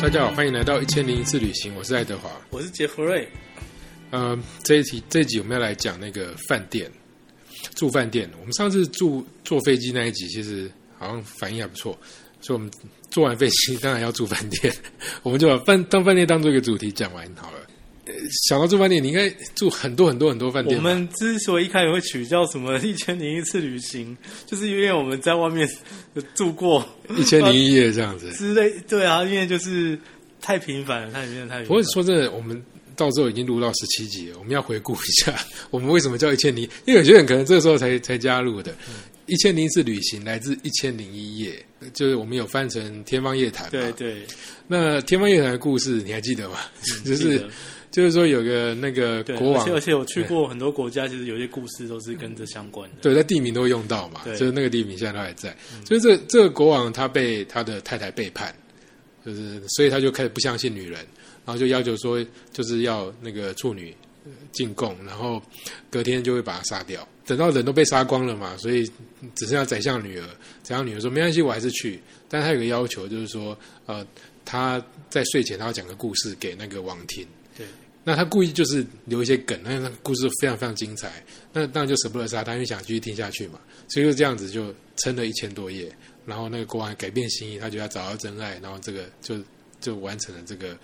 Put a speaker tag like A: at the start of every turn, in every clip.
A: 大家好，欢迎来到一千零一次旅行，我是爱德华。
B: 我是杰弗瑞。
A: 呃，这一集这一集我们要来讲那个饭店，住饭店。我们上次住坐飞机那一集，其实好像反应还不错，所以我们坐完飞机当然要住饭店， 我们就把饭当饭店当做一个主题讲完好了。呃想到住饭店，你应该住很多很多很多饭
B: 我
A: 店吧。
B: 们之所以一开始会取叫什么“ 一千零一次旅行”，就是因为我们在外面有住过
A: 一千零一夜这样子。
B: 之类。对啊，因为就是太频繁了，太频繁，太频繁。
A: 不过说真的，我们到时候已经录到十七集了，我们要回顾一下我们为什么叫一千零，因为有些人可能这个时候才才加入的。
B: 嗯
A: 一千零一次旅行来自一千零一夜，就是我们有翻成《天方夜谭》嘛。
B: 对对，
A: 那《天方夜谭》的故事你还记得吗？ 就
B: 嗯记
A: 是
B: 得
A: 就是说有个那个
B: 对，
A: 国
B: 而
A: 王
B: 且，而且我去过很多国家，其实有些故事都是跟这相关的。
A: 对，在地名都会用到嘛，
B: 对嗯
A: 就是那个地名现在都还在。所以这这个国王他被他的太太背叛，就是所以他就开始不相信女人，然后就要求说就是要那个处女呃进贡，然后隔天就会把他杀掉。等到人都被杀光了嘛，所以只剩下宰相女儿。宰相女儿说没关系，我还是去，但他有个要求，就是说呃，他在睡前他要讲个故事给那个王听。
B: 对，
A: 那他故意就是留一些梗，那那个故事非常非常精彩。那当然就舍不得杀他，因为想继续听下去嘛。所以就这样子就撑了一千多页，然后那个国王改变心意，他觉得要找到真爱，然后这个就就完成了这个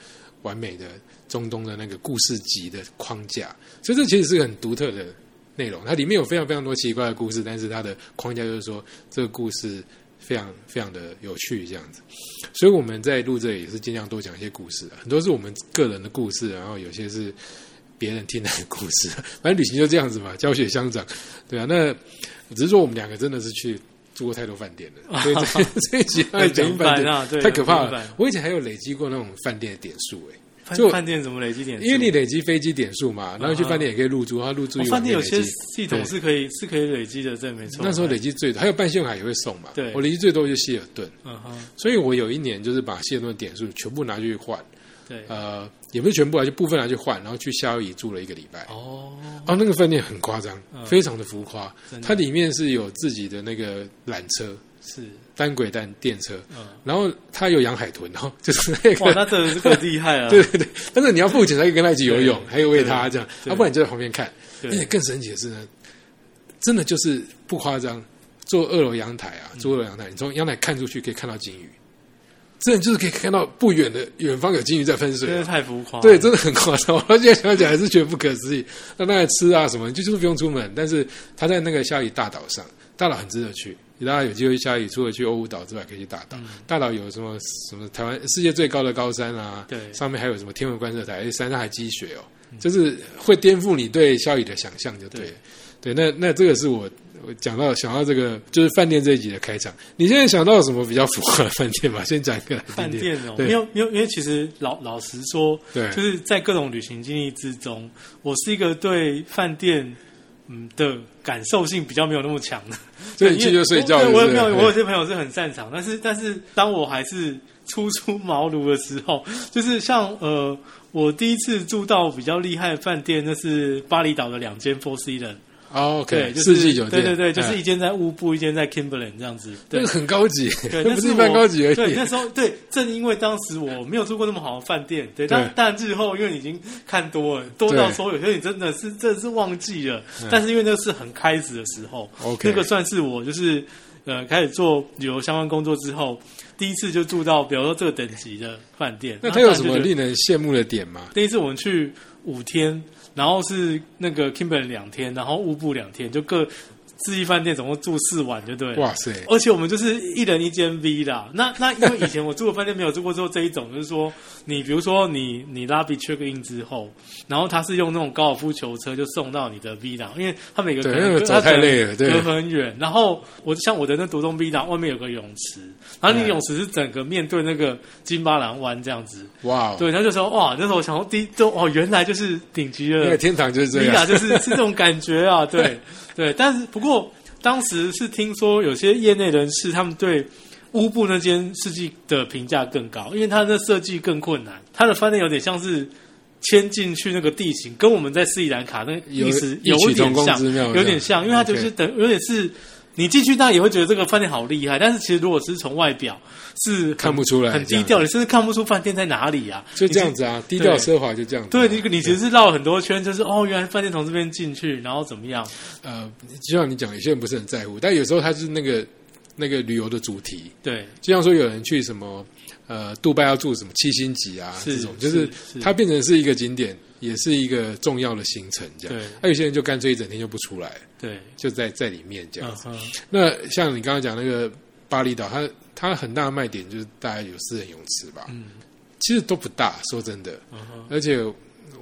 A: 完美的中东的那个故事集的框架。所以这其实是个很独特的内容，它里面有非常非常多奇怪的故事，但是它的框架就是说这个故事非常非常的有趣这样子。所以我们在录这里也是尽量多讲一些故事啊，很多是我们个人的故事，然后有些是别人听来的故事。 反正旅行就这样子嘛，教学相长，对啊。那只是说我们两个真的是去住过太多饭店 了，所以这 这一集要来讲
B: 很频
A: 饭
B: 繁
A: 店、
B: 啊对
A: 太可怕
B: 很频
A: 了
B: 繁。
A: 我以前还有累积过那种饭店的点数欸诶、
B: 饭
A: 就
B: 饭店怎么累积点数？
A: 因为你累积飞机点数嘛，然后去饭店也可以入住，然后入住
B: 啊哦
A: 又
B: 饭店有
A: 可以累
B: 些
A: 积
B: 系统
A: 对
B: 是可以是可以累积的，这没错。啊
A: 那时候累积最多，还有半信用卡也会送嘛。
B: 对
A: 我累积最多就希尔顿，
B: 嗯哼，
A: 所以我有一年就是把希尔顿的点数全部拿去换，
B: 对。
A: 呃，也不是全部啊，就部分拿去换，然后去夏威夷住了一个礼拜。哦，
B: 哦，
A: 那个饭店很夸张，
B: 嗯
A: 非常的浮夸
B: 真，的
A: 它里面是有自己的那个缆车、
B: 是，
A: 单轨单电车，
B: 嗯，
A: 然后它有养海豚，然后就是那
B: 哇，
A: 个。
B: 那真的是够厉害啊！
A: 对对对，但是你要付钱才可以跟他一起游泳，
B: 对
A: 还有喂他
B: 对
A: 这样，要、
B: 对
A: 不然你就在旁边看。
B: 对
A: 而且更神奇的是呢，真的就是不夸张，坐二楼阳台啊，坐二楼阳台，你从阳台看出去可以看到金鱼，真的就是可以看到不远的远方有金鱼在喷水
B: 真
A: 啊、
B: 的太浮夸了。
A: 对，真的很夸张。我 到现在想起来还是觉得不可思议。那那吃啊什么，就就是不用出门，但是他在那个夏威夷大岛上，大岛很值得去。大家有机会夏威夷除了去欧胡岛之外，可以去大岛。大岛有什么什么台湾世界最高的高山啊？
B: 对
A: 上面还有什么天文观测台，而且哎山上还积雪哦，就是会颠覆你对夏威夷的想象，就对了。对，那那这个是我我讲到想到这个就是饭店这一集的开场。你现在想到什么比较符合的饭店吧？先讲一个来
B: 饭
A: 听听
B: 店哦，
A: 对
B: 没有没有，因为其实老老实说，
A: 对
B: 就是在各种旅行经历之中，我是一个对饭店嗯的感受性比较没有那么强的，
A: 所以你去就睡觉
B: 因为我
A: 是不
B: 对
A: 是
B: 我有没有，我有些朋友是很擅长，但是但是当我还是初出茅庐的时候， 就是像呃，我第一次住到比较厉害的饭店，那是巴厘岛的两间 Four Seasons，
A: 哦
B: 对，
A: ，OK，
B: 就是
A: 四季酒店，
B: 对对对，就
A: 哎
B: 是一间在乌布，一间在 Kimberley 这样子，对
A: 那个。很高级，
B: 对，
A: 那
B: 那
A: 不
B: 是
A: 一般
B: 我
A: 高级而
B: 对，
A: 已
B: 那。时候对，正因为当时我没有住过那么好的饭店，对，但
A: 对
B: 但日后因为你已经看多了，多到
A: 对嗯
B: 说有些你真的是真的是忘记了，但是因为那是很开始的时候
A: OK
B: 那个算是我就是呃开始做旅游相关工作之后，第一次就住到比如说这个等级的饭店。
A: 那
B: 然
A: 它
B: 后
A: 有
B: 当
A: 什
B: 然
A: 么
B: 就觉得
A: 令人羡慕的点吗？
B: 那一次我们去五天，然后是那个 Kimberley 两天，然后乌布两天，就各自一饭店总共住四晚，就对了。哦
A: 哇塞，
B: 而且我们就是一人一间 V 啦。那那因为以前我住的饭店没有住过之后这一种，就是说你比如说你你拉比 check in 之后，然后他是用那种高尔夫球车就送到你的 V 档，因为他每个
A: 对
B: 可能
A: 那个走
B: 他
A: 太
B: 可能
A: 累了对
B: 隔很远。然后我像我的那独栋 V 档外面有个泳池，然后那
A: 嗯
B: 个泳池是整个面对那个金巴兰湾这样子。
A: 哇哦，
B: 对，他就说哇，那时候我想说第一就哦，原来就是顶级的
A: 那个天堂就是这
B: 丽娜
A: 样，
B: 就是是这种感觉 啊，对对。但是不过当时是听说有些业内人士他们对乌布那间设计的评价更高，因为它的设计更困难，它的饭店有点像是。迁进去那个地形，跟我们在斯里兰卡那个
A: 有
B: 意思
A: 异
B: 有
A: 曲
B: 点
A: 同工
B: 像
A: 之妙，
B: 有点像，因为它就是
A: OK
B: 等有点是你进去当然也会觉得这个饭店好厉害，但是其实如果只是从外表是很
A: 看不出来
B: 很低
A: 这样
B: 调，你甚至看不出饭店在哪里啊。
A: 就这样子啊，低调
B: 对
A: 奢华就这样子、啊
B: 对你，你其实是绕了很多圈，就是哦，原来饭店从这边进去，然后怎么样？
A: 呃，就像你讲，有些人不是很在乎，但有时候他是那个那个旅游的主题，
B: 对，
A: 就像说有人去什么呃，杜拜要住什么七星级啊，
B: 是
A: 这种就是
B: 是
A: 它变成是一个景点，也是一个重要的行程这样。
B: 对
A: 那、有些人就干脆一整天就不出来，
B: 对，
A: 就在在里面这样
B: 嗯
A: 子。
B: 哼，
A: 那像你刚刚讲那个巴厘岛，它它很大的卖点就是大概有私人泳池吧，
B: 嗯
A: 其实都不大，说真的，
B: 嗯哼，
A: 而且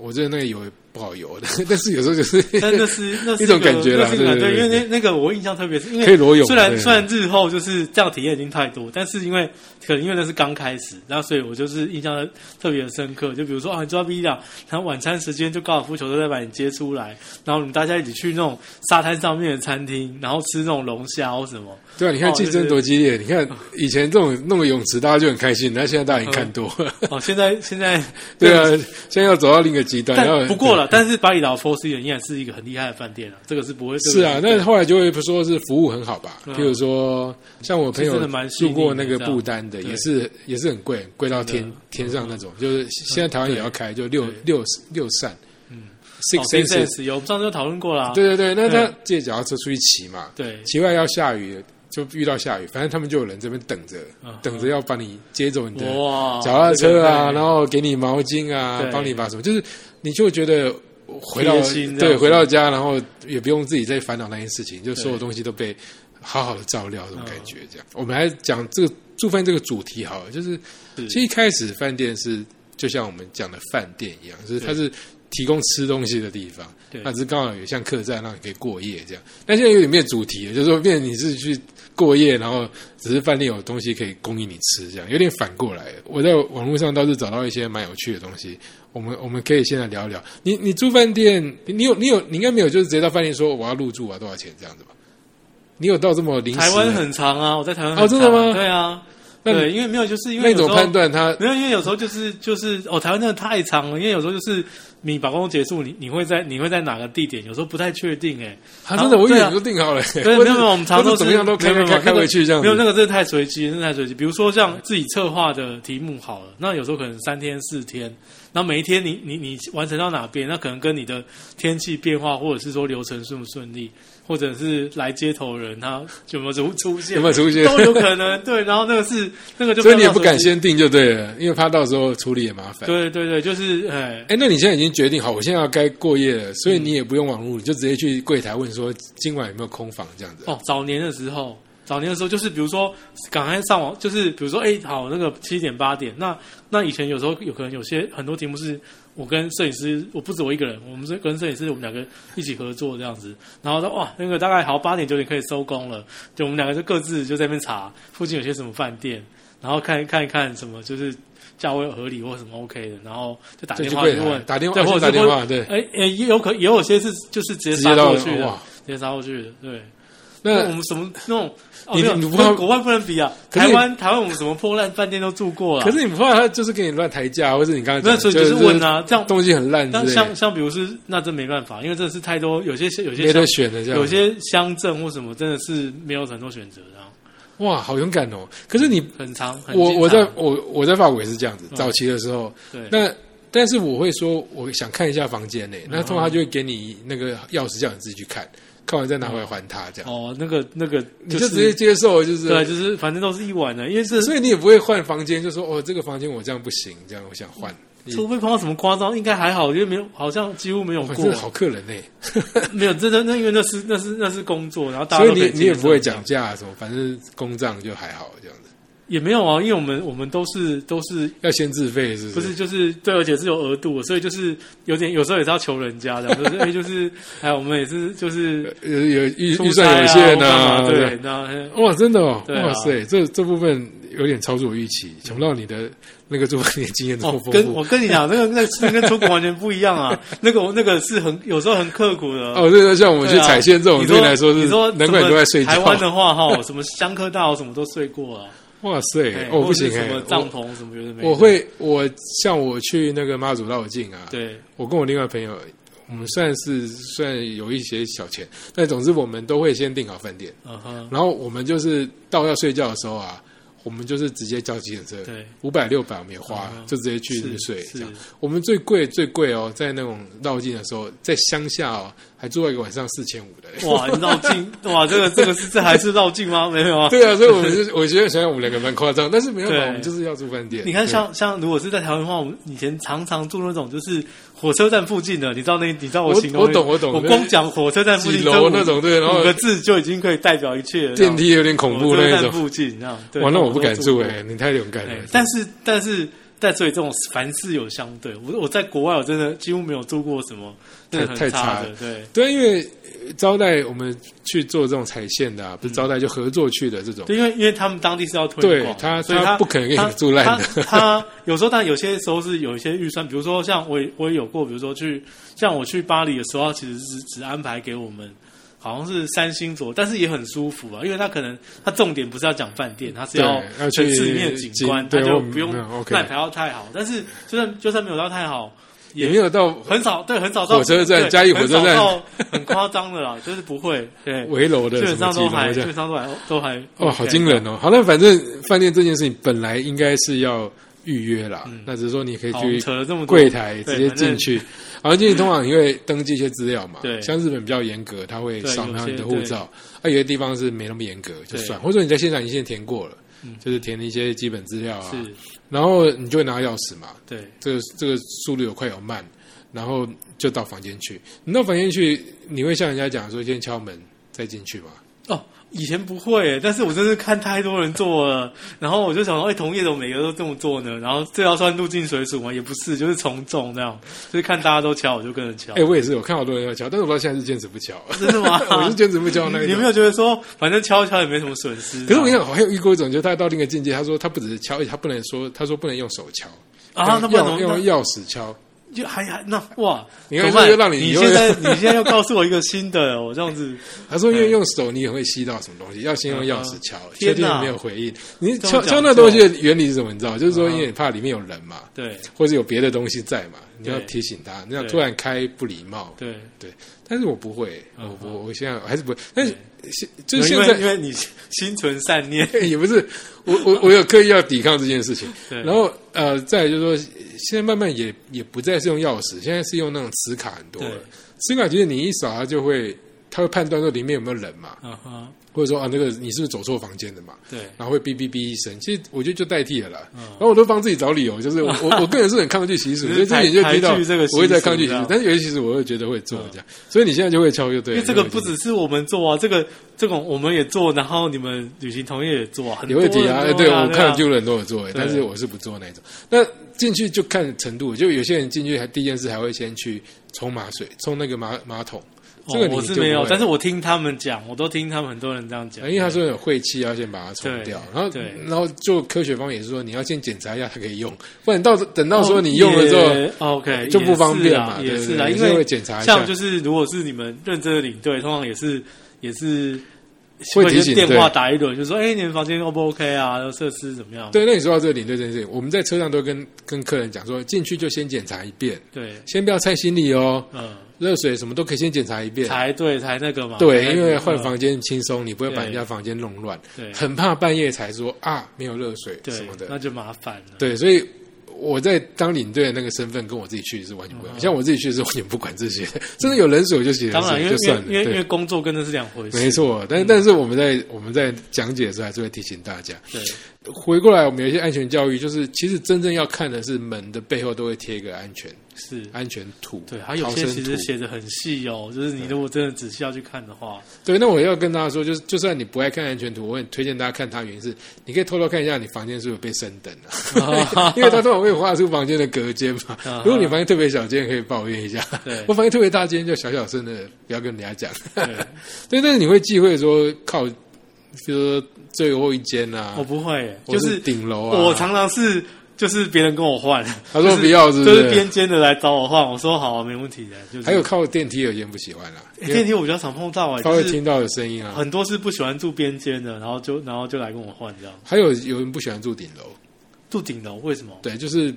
A: 我觉得那个游也不好游的， 但是有时候 就是
B: 但那是那是
A: 一种
B: 个
A: 感觉啦
B: 那是一个感
A: 对
B: 觉，
A: 对对
B: 因为那那个我印象特别是因为
A: 可以裸泳啊
B: 虽然
A: 对
B: 虽然日后就是这样体验已经太多，但是因为可能因为那是刚开始，然后所以我就是印象特别深刻。就比如说啊，你抓 B 档，然后晚餐时间就高尔夫球都在把你接出来，然后你们大家一起去那种沙滩上面的餐厅，然后吃那种龙虾或什么，
A: 对啊，你看
B: 哦
A: 竞争多激烈！你看
B: 嗯
A: 以前这种弄个泳池，大家就很开心，那现在大家已经看多了。
B: 哦，现在现在
A: 对啊，现在要走到另一个极端，要
B: 但不过了，但是巴厘岛 Four Seasons 依然是一个很厉害的饭店啊，这个是不会
A: 是啊，
B: 这个
A: 那后来就会说是服务很好吧？
B: 嗯
A: 譬如说，像我朋
B: 这
A: 友
B: 真的蛮细腻
A: 住
B: 的
A: 过那个
B: 这样
A: 不丹的，
B: 对
A: 也是也是很贵，贵到天
B: 真的嗯
A: 天上那种。就是现在台湾也要开，就六
B: 对
A: 六六扇，
B: 哦
A: six
B: Six
A: senses。
B: Sense 有，我们上次就讨论过啦，
A: 对对对，那
B: 对
A: 他借脚踏车出去骑嘛，
B: 对
A: 骑外要下雨，就遇到下雨，反正他们就有人这边等着
B: 嗯，哦
A: 等着要把你接走你的
B: 哇，
A: 脚踏车啊，
B: 对对对
A: 然后给你毛巾啊
B: 对，
A: 帮你把什么，就是你就觉得回到
B: 贴心这样
A: 对
B: 子
A: 回到家，然后也不用自己再烦恼那件事情，就所有东西都被好好的照料，这种感觉这样。我们来讲这个住饭这个主题好了，就是
B: 是
A: 其实一开始饭店是就像我们讲的饭店一样，就是它是提供吃东西的地方
B: 对，
A: 那只是刚好有像客栈让你可以过夜这样。但现在有点变主题了，就是说变成你是去过夜，然后只是饭店有东西可以供应你吃，这样有点反过来了。我在网络上倒是找到一些蛮有趣的东西，我们我们可以先来聊聊。你你住饭店，你你有你有你应该没有就是直接到饭店说我要入住啊多少钱这样子吧？你有到这么临时的？
B: 台湾很长啊，我在台湾很
A: 哦真的
B: 长
A: 吗
B: 对啊，
A: 那你
B: 对，因为没有，就是因为
A: 那
B: 有时
A: 种
B: 候
A: 判断它，
B: 没有，因为有时候就是就是哦，台湾真的太长了，因为有时候就是你把工作结束，你你会在你会在哪个地点，有时候不太确定哎、
A: 他真的我以
B: 对啊
A: 为都定好了、欸，
B: 对，
A: 或
B: 没
A: 者
B: 有没有，我们常常
A: 或
B: 都
A: 者
B: 是
A: 怎么样都开
B: 没
A: 开
B: 有没有
A: 开开回去这样
B: 没有那
A: 子。
B: 个真的太随机，真的太随机。比如说像自己策划的题目好了，那有时候可能三天四天，然后每一天你你你完成到哪边，那可能跟你的天气变化，或者是说流程顺不顺利，或者是来接头人他有没有出出现，
A: 有没有出现
B: 都有可能。对，然后那个是那个就
A: 所以你也
B: 非
A: 不
B: 常
A: 敢
B: 随机。
A: 先定就对了，因为怕到时候处理也麻烦。
B: 对对对，就是哎，
A: 哎，那你现在已经决定好，我现在要该过夜了，所以
B: 嗯
A: 你也不用网络，你就直接去柜台问说今晚有没有空房这样子。
B: 哦，早年的时候，早年的时候就是比如说赶快上网，就是比如说哎、好那个七点八点，那那以前有时候有可能有些很多题目是我跟摄影师，我不止我一个人，我们是跟摄影师我们两个一起合作这样子，然后说哇那个大概好八点九点可以收工了，就我们两个就各自就在那边查附近有些什么饭店，然后看看一看什么就是。价位合理或什么 OK 的，然后就打
A: 就
B: 电
A: 去
B: 话
A: 柜
B: 去
A: 台
B: 问，
A: 打电话
B: 对，
A: 去
B: 或者
A: 打
B: 是
A: 电
B: 或
A: 话对
B: 哎哎，也有可也有些是就是直接
A: 直
B: 杀
A: 接到
B: 过去的
A: 哇，
B: 直接杀过去的，对。我
A: 那
B: 们什么那种，哦、
A: 嗯你
B: 没有
A: 你不怕
B: 跟国外不能比啊？
A: 可是
B: 台
A: 你
B: 湾台湾我们什么破烂饭店都住过了，
A: 可是你不怕他就是给你乱抬价，或者你刚刚
B: 那
A: 讲
B: 所以
A: 就
B: 就是问啊，这样
A: 东西很烂之
B: 那
A: 类
B: 像
A: 的，
B: 像比如是那真没办法，因为真的是太多，有些有些
A: 没
B: 乡
A: 得选的啊这样。
B: 有些乡镇或什么真的是没有很多选择，然后
A: 哇，好勇敢哦！可是你
B: 很长很嗯
A: 我
B: 经
A: 我
B: 常
A: 在我我在法国也是这样子，早期的时候
B: 对嗯
A: 那但是我会说，我想看一下房间呢、那通常他就会给你那个钥匙，叫你自己去看，看完再拿回来还他，这样、
B: 哦那个那个
A: 你
B: 是
A: 就直接接受，就是
B: 对，就是反正都是一晚的，因为这
A: 所以你也不会换房间，就说哦，这个房间我这样不行，这样我想换。你
B: 除非碰到什么夸张，应该还好，因为没有好像几乎没 有
A: 哇
B: 过
A: 真的，好客人呢、
B: 没有真的那因为那是那是那是工作，然后大
A: 所
B: 家
A: 以
B: 都可
A: 你
B: 接
A: 你也不会
B: 受这样
A: 讲价啊什么，反正公账就还好这样子。
B: 也没有啊，因为我们我们都是都是
A: 要先自费是不是？
B: 不是就是对，而且是有额度的，所以就是有点有时候也是要求人家的，就是哎就是哎我们也是就是
A: 呃，有预
B: 出
A: 预
B: 差
A: 算有限
B: 啊或干嘛
A: 呐、
B: 对， 那
A: 哇，真的哦，
B: 对啊
A: 哇塞，这这部分有点超出我预期，想不到你的那个做饭店经验这么丰
B: 哦
A: 富。
B: 跟我跟你讲，那个那个那跟出国完全不一样啊，那个那个是很有时候很刻苦的。
A: 哦，对对，像我们去
B: 对啊
A: 踩线这种
B: 你
A: 对来说是
B: 你说，
A: 难怪你都在睡
B: 什么台湾
A: 觉。
B: 的话哈，什么香科大我什么都睡过啊，
A: 哇塞
B: 哎，
A: 哦不行
B: 或者是
A: 哎
B: 什
A: 我
B: 么，帐篷什么有的没的
A: 我会我像我去那个妈祖绕境啊，
B: 对
A: 我跟我另外朋友，我们算是算有一些小钱，但总之我们都会先订好饭店，
B: 嗯哼，
A: 然后我们就是到要睡觉的时候啊，我们就是直接叫计程车，
B: 对，
A: 五百六百我们也花
B: 嗯，
A: 就直接去那边
B: 是
A: 睡。
B: 是
A: 这样，我们最贵最贵哦，在那种绕境的时候，在乡下哦，还住到一个晚上四千五的。
B: 哇，绕境，哇，这个这个是这还是绕境吗？没有啊。
A: 对啊，所以我们是我觉得想想我们两个蛮夸张，但是没办法，
B: 对
A: 我们就是要住饭店。
B: 你看
A: 对
B: 像，像如果是在台湾的话，我们以前常常住那种就是火车站附近的，你知道那，你知道
A: 我
B: 形容
A: 我
B: 那
A: 懂我懂
B: 我
A: 那
B: 光讲火车站附近
A: 几楼
B: 这五
A: 那种对然后
B: 五个字就已经可以代表一切了。
A: 电梯有点恐怖
B: 火车
A: 那一
B: 站
A: 种，
B: 附近这样，对
A: 哇，那我不敢住
B: 过
A: 哎，你太勇敢
B: 哎
A: 了。
B: 但是但是在所以这种凡事有相对，我我在国外我真的几乎没有做过什么
A: 太
B: 真的很
A: 太
B: 差
A: 差
B: 的，对
A: 对，因为呃招待我们去做这种踩线的啊，不是招待就合作去的这种，
B: 嗯对，因为因为他们当地是要推
A: 对
B: 广的，
A: 他
B: 所以
A: 他
B: 他
A: 不可能给你
B: 他
A: 住烂的
B: 他他有时候，但有些时候是有一些预算，比如说像我也我也有过，比如说去像我去巴黎的时候，他其实是只安排给我们。好像是三星左右，但是也很舒服啊，因为他可能他重点不是要讲饭店，他是要
A: 对要去
B: 城市里面的景观，
A: 景
B: 他
A: 对
B: 就
A: 我
B: 不用
A: 嗯，OK
B: 安排到太好。但是就算就算没有到太好，
A: 也没有到
B: 很少对很少到
A: 火车站
B: 对
A: 嘉义火车站
B: 很少到很夸张的啦，就是不会对，
A: 围楼的
B: 基
A: 什
B: 本
A: 么
B: 上
A: 几
B: 都
A: 楼
B: 还
A: 这
B: 基
A: 样
B: 本。上都还都还
A: 哦，好惊人哦！好，那反正饭店这件事情本来应该是要预约啦，那只是说你可以
B: 嗯好我们
A: 去
B: 扯了这么多
A: 柜台直接
B: 对反正
A: 进去，然后进去通常因为登记一些资料嘛，
B: 对
A: 像日本比较严格，他会
B: 对
A: 扫描
B: 有些
A: 你的护照，啊，有些地方是没那么严格，就
B: 对嗯
A: 算，或者说你在线上已经填过了，就是填了一些基本资料啊，
B: 是
A: 然后你就会拿到钥匙嘛，
B: 对
A: 这个这个速度有快有慢，然后就到房间去。你到房间去，你会像人家讲说先敲门再进去吗？
B: 哦。以前不会耶，但是我真是看太多人做了，然后我就想说，哎、同业怎么每个都这么做呢？然后这要算入境水土吗？也不是，就是从众那样，就是看大家都敲，我就跟着敲。
A: 哎、我也是有看好多人要敲，但是我到现在是坚持不 敲。？
B: 真的吗
A: 我是坚持不敲那一
B: 你有
A: 种
B: 没。有觉得说，反正敲一敲也没什么损失？啊
A: 可是我跟你讲，我还有遇过一种，就是他到另一个境界，他说他不只是敲，而且他不能说，他说不能用手敲
B: 啊，那不然怎
A: 用
B: 么
A: 用
B: 那
A: 钥匙敲。
B: 就还还那哇，
A: 你看
B: 怎么办
A: 这就让你
B: 你
A: 以后
B: 现在你现在又告诉我一个新的，我这样子
A: 他说因为用手你也会吸到什么东西，要先用钥匙敲，
B: 哎嗯
A: 确
B: 天
A: 定
B: 哪
A: 你没有回应。你
B: 这么
A: 敲
B: 讲嗯
A: 敲那东西的原理是什么？你知道，就是说因为你怕里面有人嘛，
B: 对
A: 或者有别的东西在嘛，你要
B: 对
A: 提醒他，你要
B: 对
A: 突然开不礼貌。
B: 对，
A: 对，但是我不会，我
B: 嗯
A: 我我现在还是不会，但是现就是
B: 因
A: 现
B: 为
A: 在
B: 因为你心存 善念，
A: 也不是，我我我有刻意要抵抗这件事情。
B: 对
A: 然后呃，再来就是说，现在慢慢也也不再是用钥匙，现在是用那种磁卡很多了
B: 对。
A: 磁卡其实你一扫，它就会它会判断说里面有没有人嘛，
B: 嗯哼，
A: 或者说啊那个你是不是走错房间的嘛。
B: 对。
A: 然后会哔哔哔一声，其实我觉得就代替了啦。
B: 嗯
A: 然后我都帮自己找理由，就是我我我个人是很抗拒习 俗，
B: 只
A: 所以
B: 是
A: 这
B: 排
A: 点就提到
B: 排拒这个习俗
A: 我会在抗拒习
B: 这
A: 俗
B: 样，
A: 但是有些习俗我会觉得会做这样，所以你现在就会敲就对
B: 嗯
A: 了，
B: 因为这个
A: 就会
B: 不只是我们做啊，这个这种我们也做，然后你们旅行同业也做啊，很
A: 也
B: 多
A: 会
B: 人
A: 提啊，哎
B: 对
A: 对我看了
B: 就
A: 就有人都有做，哎但是我是不做那种。那进去就看程度，就有些人进去还第一件事还会先去冲马水，冲那个马马桶。这个你
B: 哦我是
A: 就
B: 没
A: 不
B: 有
A: 会，啊
B: 但是我听他们讲，我都听他们很多人这样讲，
A: 因为他说有晦气，要先把它冲
B: 对
A: 掉。然后
B: 对，
A: 然后就科学方面也是说，你要先检查一下它可以用，不然到等到说你用了之后，
B: 后，OK
A: 就不方便嘛
B: 也哦是
A: 对对对
B: 啦，也是啦啊因
A: 会
B: 为
A: 检查一下
B: 像就是如果是你们认真的领队，通常也是也是
A: 会提醒
B: 先电话打一轮，就说哎，你们房间 O 不 OK 啊？设施怎么样？
A: 对，那你说到这个领队这件事情，我们在车上都跟跟客人讲说，进去就先检查一遍，
B: 对，
A: 先不要拆行李哦，
B: 嗯，
A: 热水什么都可以先检查一遍。
B: 才对才那个嘛，才
A: 对，
B: 那
A: 因
B: 个
A: 为换
B: 嗯
A: 房间轻松，你不会把
B: 对
A: 人家房间弄乱。
B: 对
A: 很怕半夜才说啊没有热水
B: 嗯对
A: 什么的。
B: 那就麻烦了。
A: 对，所以我在当领队的那个身份跟我自己去是完全不一样。像我自己去是完全不管这些， 真的有冷水我就洗冷
B: 哦当然，因
A: 水
B: 为
A: 就
B: 因为
A: 算了。
B: 因为因为
A: 对，
B: 工作跟那是两回事，
A: 没错。但但是我们在我们在讲解的时候还是会提醒大家，
B: 对
A: 回过来我们有一些安全教育，就是其实真正要看的是门的背后都会贴一个安全
B: 是。
A: 安全图，
B: 对，还有
A: 逃
B: 些
A: 生
B: 其实
A: 图
B: 写的很细哦，就是你如果真的仔细要去看 的话，
A: 对，那我要跟大家说，就是就算你不爱看安全图，我很推荐大家看它，原因是你可以偷偷看一下你房间是不是有被升等 啊，因为它通常会画出房间的隔间嘛
B: 啊哈。
A: 如果你房间特别小间，可以抱怨一下
B: 对；
A: 我房间特别大间，就小小声的，不要跟人家讲。
B: 对
A: 对，但是你会忌讳说靠，比如说最后一间啊
B: 我，不会耶，
A: 或
B: 哦就是是
A: 顶楼啊。
B: 我常常是就是别人跟我换，
A: 他说不要
B: 就是
A: 不
B: 是就是是边间的来找我换，我说好啊，没问题的。就是
A: 还有靠电梯有些人不喜欢 啦、
B: 诶
A: 因为
B: 电梯我比较常碰到哎，
A: 他
B: 就
A: 会
B: 是
A: 听到有声音啊。
B: 很多是不喜欢住边间的，然后就然后就来跟我换这样，
A: 还有有人不喜欢住顶楼，
B: 住顶楼为什么？
A: 对，就是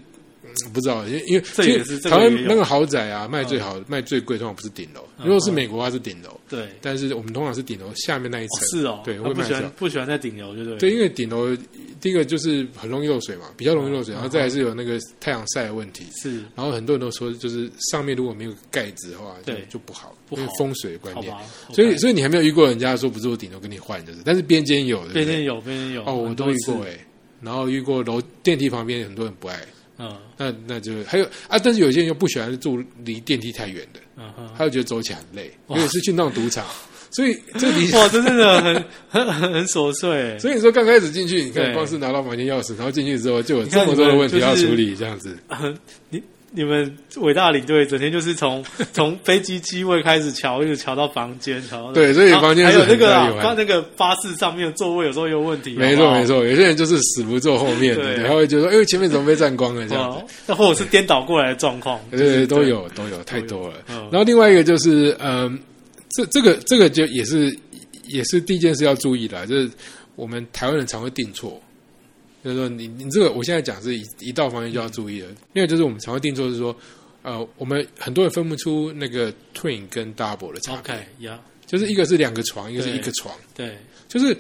A: 嗯不知道，因为因为
B: 这也是
A: 其实台
B: 这个也
A: 湾
B: 有嗯
A: 那个豪宅啊，卖最好、卖最贵，通常不是顶楼。如果是美国，它是顶楼，
B: 对，
A: 但是我们通常是顶楼下面那一
B: 哦
A: 层。
B: 是哦，
A: 对，
B: 他
A: 会
B: 不
A: 卖
B: 喜
A: 掉。
B: 欢不喜欢在顶楼，对不对？
A: 对，因为顶楼第一个就是很容易漏水嘛，比较容易漏水，
B: 嗯
A: 然后再来是有那个太阳晒的问题。
B: 是
A: 然后很多人都说，就是上面如果没有盖子的话，就
B: 对
A: 就不好，
B: 不
A: 因为
B: 好
A: 风水的观
B: 好
A: 念。
B: 吧，
A: 所以，
B: OK
A: 所以你还没有遇过人家说不是我顶楼跟你换，就是，但是边间有，对不对
B: 边边有边边有
A: 哦，我
B: 很
A: 都
B: 多
A: 遇
B: 次
A: 过哎、然后遇过楼电梯旁边很多人不爱，
B: 嗯
A: 那那就还有啊，但是有些人又不喜欢住离电梯太远的，
B: 嗯 哼。
A: 他又觉得走起来很累，尤
B: 哇
A: 其是去那种赌 场，所以这离。
B: 哇，这真的很 很很很琐碎。
A: 所以你说刚开始进去，你看
B: 对
A: 光是拿到房间钥匙，然后进去之后就有
B: 你看
A: 这么多的
B: 你们
A: 问题要
B: 就是
A: 处理，这样子。
B: 你你们伟大的领队整天就是从 从飞机机位开始瞧，一直瞧到房间，瞧到
A: 对所以
B: 然后
A: 房间
B: 还
A: 是
B: 有那
A: 很
B: 个
A: 大
B: 啊
A: 一，环
B: 刚那个巴士上面的座位有时候有问题。
A: 没
B: 好不
A: 错
B: 好
A: 没。错，有些人就是死不坐后面的，
B: 对啊
A: 他会觉得说，哎，前面怎么被占光了这样子
B: 哦。，那或者是颠倒过来的状 况，
A: 对
B: 就
A: 对，
B: 是
A: 都。有都有太多了。
B: 嗯
A: 然后另外一个就是，嗯，这这个这个就也是也是第一件事要注意的啊，就是我们台湾人常会订错，就是说你你这个我现在讲是一一到房间就要注意了，因为就是我们常会订错，是说呃，我们很多人分不出那个 twin 跟 double 的差别，
B: OK 呀，
A: 就是一个是两个床，一个是
B: 对
A: 一个床，
B: 对
A: 就是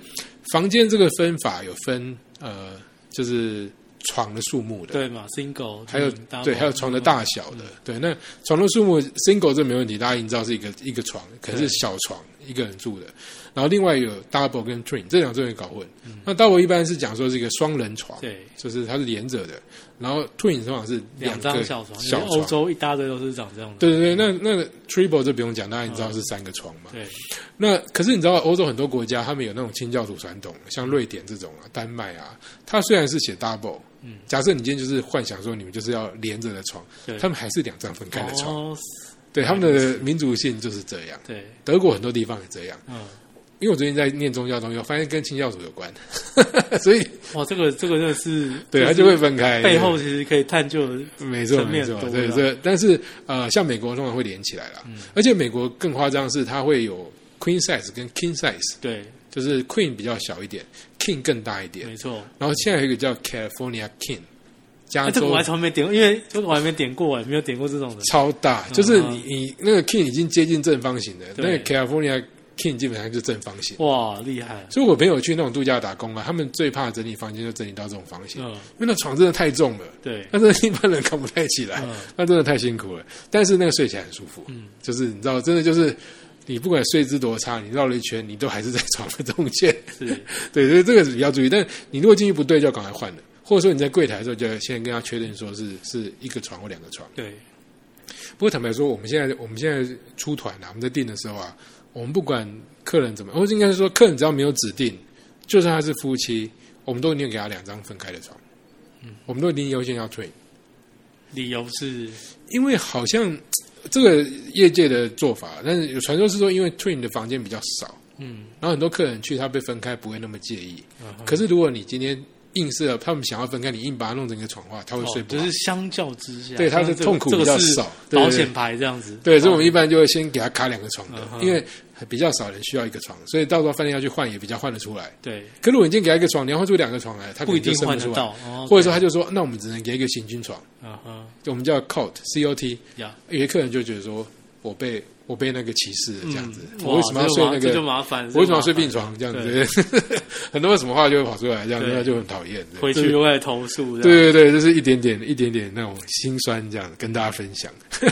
A: 房间这个分法有分呃，就是床的数目的。
B: 对嘛，single
A: 还有
B: double，嗯
A: 对，还有床的大小的，对，那床的数目 single 这没问题，大家已经知道是一个一个床，可能是
B: 对
A: 小床一个人住的。然后另外有 double 跟 twin 这两种人搞混。那 double 一般是讲说是一个双人床，
B: 嗯对
A: 就是它是连着的。然后 twin 通常是
B: 两
A: 个
B: 张小床，因
A: 小
B: 为欧洲一大堆都是长这样的。
A: 对对对，那那 triple 这不用讲，大家已经知道是三个床嘛。
B: 对
A: 那可是你知道，欧洲很多国家他们有那种清教徒传统，像瑞典这种啊、丹麦啊，它虽然是写 double，嗯，假设你今天就是幻想说你们就是要连着的床
B: 对，
A: 他们还是两张分开的床，
B: 哦
A: 对他们的民族性就是这样。
B: 对，
A: 德国很多地方也这样，
B: 嗯，
A: 因为我最近在念宗教中有发现跟清教徒有关， 所以
B: 哇，哦这个这个真的是，
A: 对它
B: 是
A: 就会分开。
B: 背后其实可以探究的
A: 没错
B: 层面啊
A: 没错，
B: 很多
A: 对
B: 啦
A: 这个，但是呃，像美国通常会连起来啦，
B: 嗯
A: 而且美国更夸张是它会有 queen size 跟 king size，
B: 对，
A: 就是 queen 比较小一点，king 更大一点。
B: 没错。
A: 然后现在有一个叫 California King，加
B: 哎，这个
A: 州
B: 我还从没点过，因为这个我还没点过，哎，没有点过这种的。
A: 超大，就是你你那个 King 已经接近正方形的，那
B: 嗯对
A: 个 California King 基本上就是正方形。
B: 哇，厉害！
A: 所以我朋友去那种度假打工啊，他们最怕整理房间就整理到这种房型，
B: 嗯，
A: 因为那床真的太重了，
B: 对，
A: 那真的一般人扛不太起来，
B: 嗯
A: 那真的太辛苦了。但是那个睡起来很舒服，
B: 嗯
A: 就是你知道，真的就是。你不管睡姿多差，你绕了一圈，你都还是在床的中间。
B: 是，
A: 对，所以这个是比较注意。但你如果进去不对，就要赶快换了，或者说你在柜台的时候，就要先跟他确认说是是一个床或两个床。
B: 对，
A: 不过坦白说，我们现在我们现在出团啊，我们在订的时候啊，我们不管客人怎么，或者应该是说客人只要没有指定，就算他是夫妻，我们都一定给他两张分开的床。嗯，我们都一定优先要退，
B: 理由是，
A: 因为好像嘖这个业界的做法，但是有传说是说，因为 twin 的房间比较少，
B: 嗯，
A: 然后很多客人去他被分开不会那么介意。
B: 嗯哼
A: 可是如果你今天硬是他们想要分开，你硬把它弄成一个床的话，他会睡
B: 哦
A: 不
B: 就
A: 好。
B: 是相较之下，
A: 对它的
B: 像这个
A: 痛苦
B: 这个
A: 比较
B: 是
A: 少对
B: 保
A: 对对
B: 险牌这样子。
A: 对，所以
B: 哦
A: 我们一般就会先给他卡两个床的
B: 嗯，哼
A: 因为比较少人需要一个床，所以到时候饭店要去换也比较换得出来。
B: 对
A: 可如果你今天给他一个床，你要换出两个床来，他可
B: 不一
A: 能就
B: 定
A: 生
B: 换
A: 出
B: 得
A: 来，
B: 到，哦
A: 或者说他就说，那我们只能给一个行军床，
B: ，OK，嗯哼，
A: 我们叫 cot c o t。
B: 呀，
A: 有些客人就觉得说我被我被那个歧视了这样子，
B: 嗯
A: 我为什么要
B: 哇这
A: 睡
B: 麻
A: 那
B: 这就
A: 个？
B: 麻烦，
A: 我为什么要睡
B: 这就麻
A: 病床
B: 烦？
A: 这样子？ 很多什么话就会跑出来，这样子
B: 对
A: 那就很讨厌。对
B: 回
A: 这
B: 去
A: 是
B: 又来投诉，这样，
A: 对对对，就是一点点一点点那种心酸，这样跟大家分享。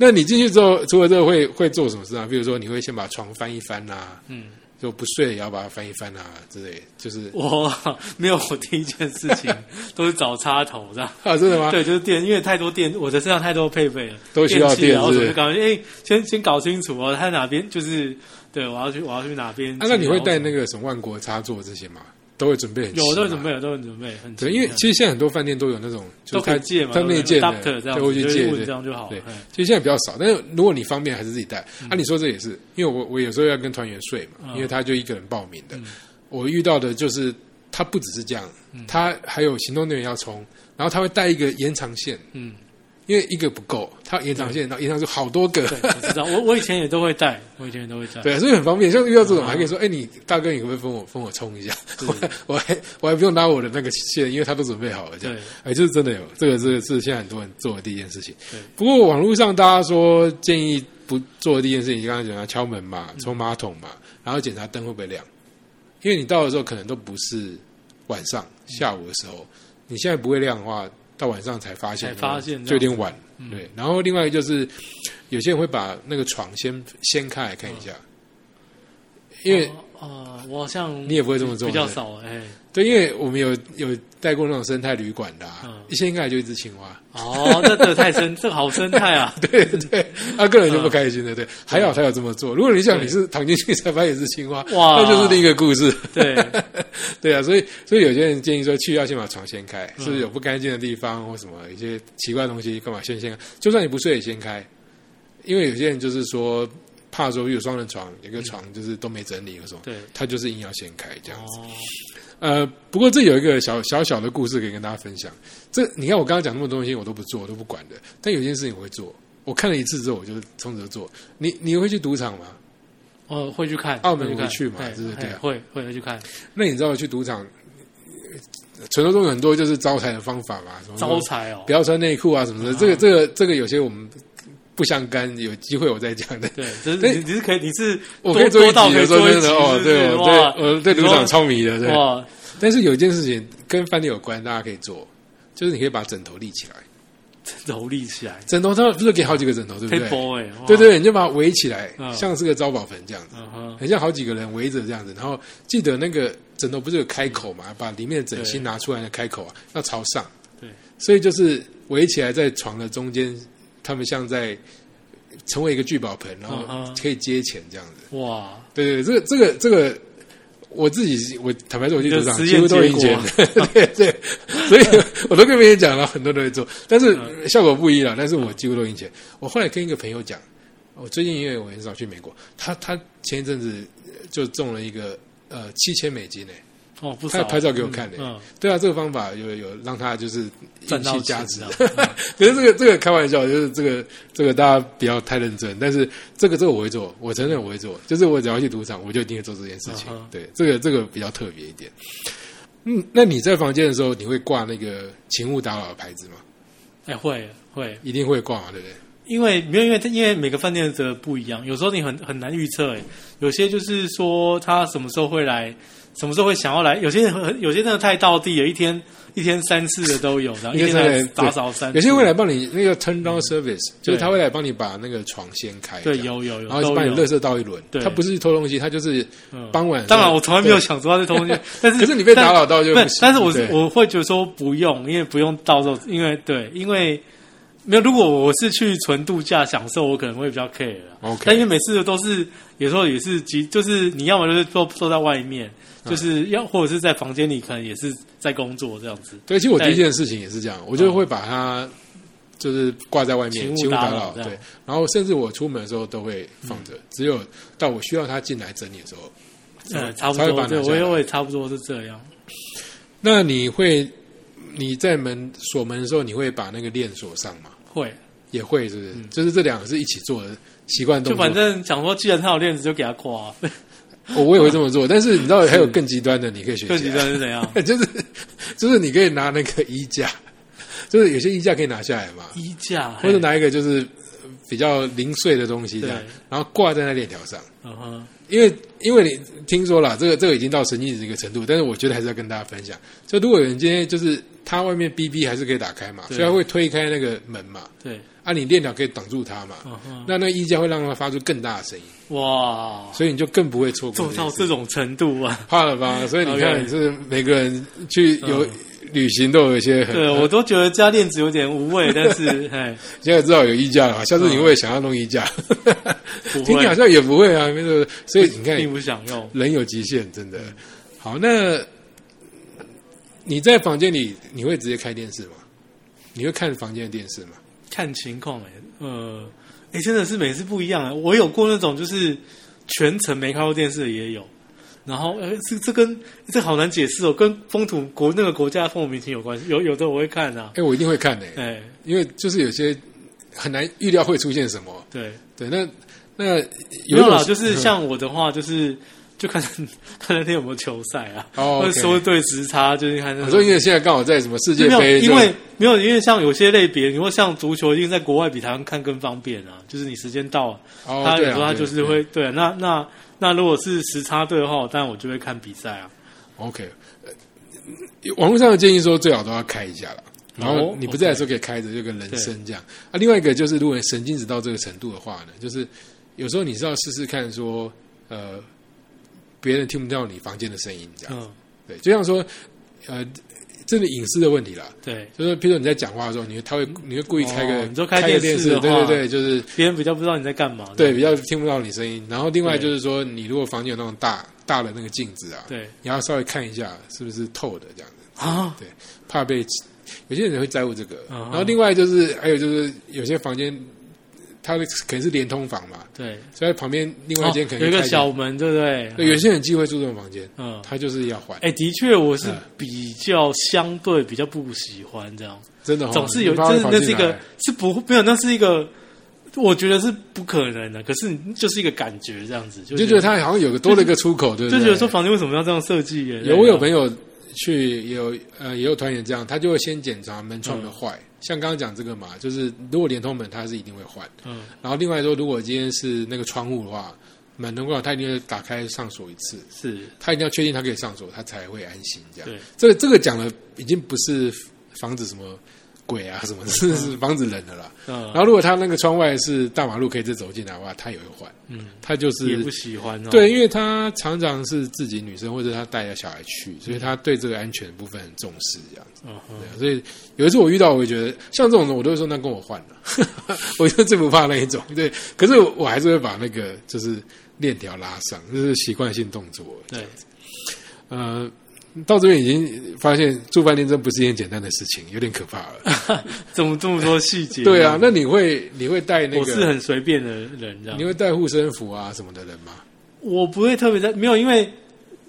A: 那你进去之后，除了这个会会做什么事啊？比如说，你会先把床翻一翻啊，
B: 嗯，
A: 就不睡也要把它翻一翻啊之类，就是
B: 我没有，我第一件事情都是找插头 这样。
A: 啊，真的吗？
B: 对，就是电，因为太多电，我的身上太多配备了，
A: 都需要
B: 电器啊
A: 电
B: 我
A: 是不
B: 怎么
A: 是
B: 搞？哎，先先搞清楚哦，他哪边就是对我要去，我要去哪边？
A: 啊，那你会带那
B: 个？
A: 个什么万国插座这些吗？都会准备很齐
B: 有
A: 吗，
B: 都会准备，有都会准备，很
A: 对，
B: 齐
A: 因为
B: 这样
A: 其实现在很多饭店都有那种，就
B: 都
A: 是
B: 可
A: 它
B: 以借嘛，
A: 它内建的，
B: adapter 这
A: 对
B: 样子，
A: 会去
B: 就是
A: 借
B: 问
A: 对
B: 这样就好了
A: 对。
B: 嗯，
A: 其实现在比较少，但是如果你方便，还是自己带。啊，你说这也是，因为我我有时候要跟团员睡嘛，
B: 嗯
A: 因为他就一个人报名的。我遇到的就是他
B: 嗯
A: 不只是这样，他还有行动电源要充，然后他会带一个延长线，
B: 嗯，
A: 因为一个不够，它延长线，然后延长出好多个，
B: 对，我知道，我我以前也都会带，我以前也都会带。
A: 对，所以很方便。像遇到这种，
B: 啊
A: 还可以说：“哎、你大哥，你可不可以分我分我冲一下？”我还 我还我还不用拉我的那个线，因为他都准备好了。这样
B: 对，
A: 哎，就是真的有这个，这个是现在很多人做的第一件事情。不过网络上大家说建议不做的第一件事情，刚刚讲到敲门嘛，
B: 嗯
A: 冲马桶嘛，然后检查灯会不会亮，因为你到的时候可能都不是晚上
B: 嗯
A: 下午的时候，你现在不会亮的话，到晚上才发现，
B: 才发现
A: 就有点晚。
B: 嗯
A: 对，然后另外一个就是有些人会把那个床先掀开来看一下，
B: 嗯
A: 因为
B: 啊，我好像
A: 你也不会这么做
B: 比较少哎。
A: 对，因为我们有有带过那种生态旅馆的、啊，
B: 嗯
A: 一掀开来就一只青 蛙，
B: 哦，那这个太生，这个好生 态啊！
A: 对对，他、个人就不开心了。对，
B: 嗯
A: 还好他有这么做。如果你想你是躺进去才发现是青蛙，
B: 哇
A: 那就是另一个故事。
B: 对，
A: 对啊，所以所以有些人建议说，去要先把床掀开，
B: 嗯
A: 是不是有不干净的地方或什么一些奇怪的东西，干嘛先掀开？就算你不睡也掀开，因为有些人就是说怕说有双人床，有个
B: 嗯
A: 床就是都没整理，有什么，
B: 对
A: 他就是硬要掀开这样子。
B: 哦，
A: 呃，不过这有一个小小小的故事可以跟大家分享。这你看，我刚刚讲那么多东西，我都不做，我都不管的。但有一件事情我会做，我看了一次之后，我就从此就做。你你会去赌场吗？
B: 我哦会去看，
A: 澳门
B: 会
A: 会去嘛
B: 看
A: 是不是
B: 哎
A: 对啊
B: 会会会去看，
A: 那你知道去赌场，呃传说中有很多就是招财的方法嘛，什么
B: 招财哦
A: 不，要穿内裤啊什么的。这个这个这个有些我们不相干，有机会我再讲的。
B: 对，这
A: 对
B: 是你你是可以，你是
A: 我
B: 多
A: 可以做一
B: 多到
A: 集
B: 可以
A: 的，
B: 做
A: 说
B: 一
A: 真的
B: 集
A: 哦
B: 是，不是
A: 对，我
B: 哇
A: 对呃我对赌场超迷的，对。
B: 哇，
A: 但是有一件事情跟饭店有关，大家可以做，就是你可以把枕头立起来。
B: 头立起来
A: 枕头它不是给好几个枕头，对不对？
B: ，table 哎，哇
A: 对，对，你就把它围起来，
B: 嗯
A: 像是个招宝盆这样子，
B: 嗯哼，
A: 很像好几个人围着这样子。然后记得那个枕头不是有开口嘛，把里面的枕芯拿出来的开口啊，要朝上。
B: 对，
A: 所以就是围起来在床的中间，他们像在成为一个聚宝盆，然
B: 嗯
A: 后
B: 哼
A: 可以接钱这样子。
B: 哇，
A: 对对，对这个这个这个，我自己我坦白说，我去赌场
B: 你的实
A: 几
B: 验
A: 乎都
B: 结
A: 赢钱的， 对对，所以 我都跟别人讲了，很多人都会做，但是
B: 嗯
A: 效果不一了。但是我几乎都赢钱。我后来跟一个朋友讲，我最近因为我很少去美国，他他前一阵子就中了一个呃七千美金呢、
B: 哦，不
A: 他
B: 少，
A: 还拍照给我看呢、
B: 嗯，
A: 对啊，这个方法有有让他就是运
B: 赚到
A: 气加持
B: 钱，
A: 可是这个这个开玩笑，就是这个这个大家不要太认真。但是这个这个我会做，我承认我会做，就是我只要去赌场，我就一定会做这件事情。
B: 嗯哼
A: 对，这个这个比较特别一点。嗯，那你在房间的时候，你会挂那个“请勿打扰”的牌子吗？
B: 哎，会会，
A: 一定会挂嘛，对不对？
B: 因为没有，因为因为每个饭店的不一样，有时候你很很难预测。哎，有些就是说他什么时候会来，什么时候会想要来。有些人很有些真的太到地了，一天一天三次的都有， 然后一天来打扫三次，
A: 有些会来帮你那个 turn down service，、就
B: 呃对
A: 是他会来帮你把那个床掀开，
B: 对
A: 这样
B: 有有有
A: 然后
B: 都
A: 就帮你
B: 有
A: 垃圾倒一轮。
B: 对
A: 他不是去偷东西，他就是
B: 嗯
A: 傍晚的时候、
B: 当然，我从来没有
A: 对。
B: 想说他是偷东西，但是
A: 可是你被打扰到就
B: 不
A: 不
B: 是
A: 行，
B: 但是我
A: 对
B: 我会觉得说不用，因为不用到时候，因为对，因为没有。如果我是去纯度假享受，我可能会比较 care 啦。
A: OK
B: 但因为每次都是有时候也是急，就是你要么就是坐坐在外面，
A: 嗯
B: 就是要或者是在房间里，可能也是在工作这样子。
A: 对，其实我第
B: 对
A: 一件事情也是这样，我就会把它就是挂在外面，
B: 嗯请勿
A: 请勿打
B: 打扰
A: 扰。
B: 这样
A: 对，然后甚至我出门的时候都会放着，只有到我需要它进来整理的时候。
B: 嗯，差不
A: 才会把
B: 多，
A: 它拿
B: 对，我
A: 下
B: 也
A: 来
B: 会差不多是这样。
A: 那你会你在门锁门的时候，你会把那个链锁上吗？
B: 会，
A: 也会，是不是？就是这两个是一起做的习惯动
B: 嗯就
A: 作
B: 反。正想说，既然他有链子，就给他挂啊。
A: 哦我也会这么做，但是你知道还有更极端的，你可以学
B: 更
A: 起
B: 极
A: 来
B: 端是怎样？
A: 就是就是你可以拿那个衣架，就是有些衣架可以拿下来嘛，
B: 衣架，
A: 或者
B: 嘿，
A: 拿一个就是呃比较零碎的东西这样
B: 对，
A: 然后挂在那链条上。
B: 嗯哼，
A: 因为因为你听说了，这个这个已经到神经质的一个程度，但是我觉得还是要跟大家分享。就如果有人今天就是他外面 BB 还是可以打开嘛，
B: 对
A: 所以他会推开那个门嘛，
B: 对，
A: 啊，你链条可以挡住它嘛，
B: 嗯哼。
A: 那那个衣架会让它发出更大的声音，
B: 哇，
A: 所以你就更不会错过
B: 做
A: 这件
B: 到
A: 事
B: 这种程度啊！
A: 怕了吧？所以你
B: OK 嗯
A: 看，是每个人去有。旅行都有一些很，
B: 对我都觉得加链子有点无味，但 是哎，
A: 现在知道有衣架了嘛，下次你会不会想要弄衣架，
B: 嗯不
A: 听你好
B: 会，
A: 像也不会啊，没错。所以你看，
B: 并不想用。
A: 人有极限，真的。好，那你在房间里，你会直接开电视吗？你会看房间的电视吗？
B: 看情况哎、呃，哎、真的是每次不一样啊。我有过那种就是全程没看过电视的也有，然后，呃，这这跟这好难解释哦，跟风土国那个国家的风土民情有关系。有有的我会看啊，
A: 哎，我一定会看的、
B: 哎，
A: 因为就是有些很难预料会出现什么。
B: 对，
A: 对，那那
B: 没
A: 一
B: 有
A: 种
B: 啦，就是
A: 嗯
B: 像我的话，就是就看 看那天有没有球赛啊，
A: 哦
B: 或者说
A: OK
B: 对时差，就是看
A: 我
B: 那个
A: 说，因为现在刚好在什么世界
B: 没有，
A: 杯，
B: 因
A: 就
B: 为没有，因为像有些类别，你说像足球，因为在国外比台湾看更方便啊，就是你时间到了，
A: 哦
B: 他
A: 对
B: 有时
A: 啊
B: 候他
A: 对
B: 就是
A: 对
B: 会对,、那那那如果是时差对的话，当然我就会看比赛啊。
A: OK，呃网络上的建议说最好都要开一下了。然后
B: 哦
A: 你不在的时候可以开着，就跟人
B: 对
A: 生这样。啊，另外一个就是，如果你神经质到这个程度的话呢，就是有时候你是要试试看说，呃，别人听不到你房间的声音，这样、
B: 嗯，
A: 对。就像说，呃，真的隐私的问题啦，
B: 对，
A: 就是譬如说你在讲话的时候，你会他会你会故意开个、
B: 嗯哦你说开
A: 开个
B: 电视
A: 视，
B: 的
A: 对
B: 话
A: 对对，就是
B: 别人比较不知道你在干嘛。
A: 对比较听不到你声音。然后另外
B: 对
A: 就是说，你如果房间有那种大大的那个镜子啊，
B: 对
A: 你要稍微看一下是不是透的这样子。
B: 啊，
A: 对，怕被有些人会在乎这个。
B: 嗯
A: 然后另外就是还有就是有些房间，它的可能是连通房嘛，
B: 对，
A: 所以它旁边另外一间
B: 哦
A: 可能、
B: 有一个小，门，对不对？
A: 对，有些人忌讳住这种房间，
B: 嗯，
A: 他就是要还，
B: 哎，的确，我是
A: 嗯
B: 比较相对比较不喜欢这样，
A: 真的哦
B: 总是有，
A: 你怕会
B: 真的
A: 跑
B: 那
A: 进
B: 是一个
A: 来
B: 是不没有，那是一个。我觉得是不可能的，可是你就是一个感觉这样子，就
A: 就觉得他好像有个多了一个出口，对不
B: 就
A: 对？
B: 觉得说房间为什么要这样设计耶？
A: 有我有朋
B: 友
A: 友去也有呃也有团员这样，他就会先检查门
B: 嗯
A: 窗的坏，像刚刚讲这个嘛，就是如果连通门，他是一定会换。
B: 嗯
A: 然后另外说，如果今天是那个窗户的话，门的话，他一定会打开上锁一次。
B: 是
A: 他一定要确定他可以上锁，他才会安心。这样，
B: 对
A: 这个这个讲的已经不是防止什么鬼啊什么的，是是防止人的啦。
B: 嗯，
A: 然后如果他那个窗外是大马路，可以再走进来的话，他也会换。
B: 嗯，
A: 他就是
B: 也不喜欢哦。
A: 对，因为他常常是自己女生或者他带着小孩去，所以他对这个安全部分很重视。这样子，
B: 嗯哼，
A: 对啊所以有一次我遇到，我也觉得像这种人，我都会说那跟我换了， 我就最不怕那一种。对，可是我我还是会把那个就是链条拉上，就是习惯性动作。
B: 对，
A: 呃，到这边已经发现住饭店真不是一件简单的事情，有点可怕了。
B: 怎么这么多细节？
A: 对啊，，那你会你会带那
B: 我是
A: 个，
B: 很随便的人，这样
A: 你。会带护身符啊什么的人吗？
B: 我不会特别在没有，因为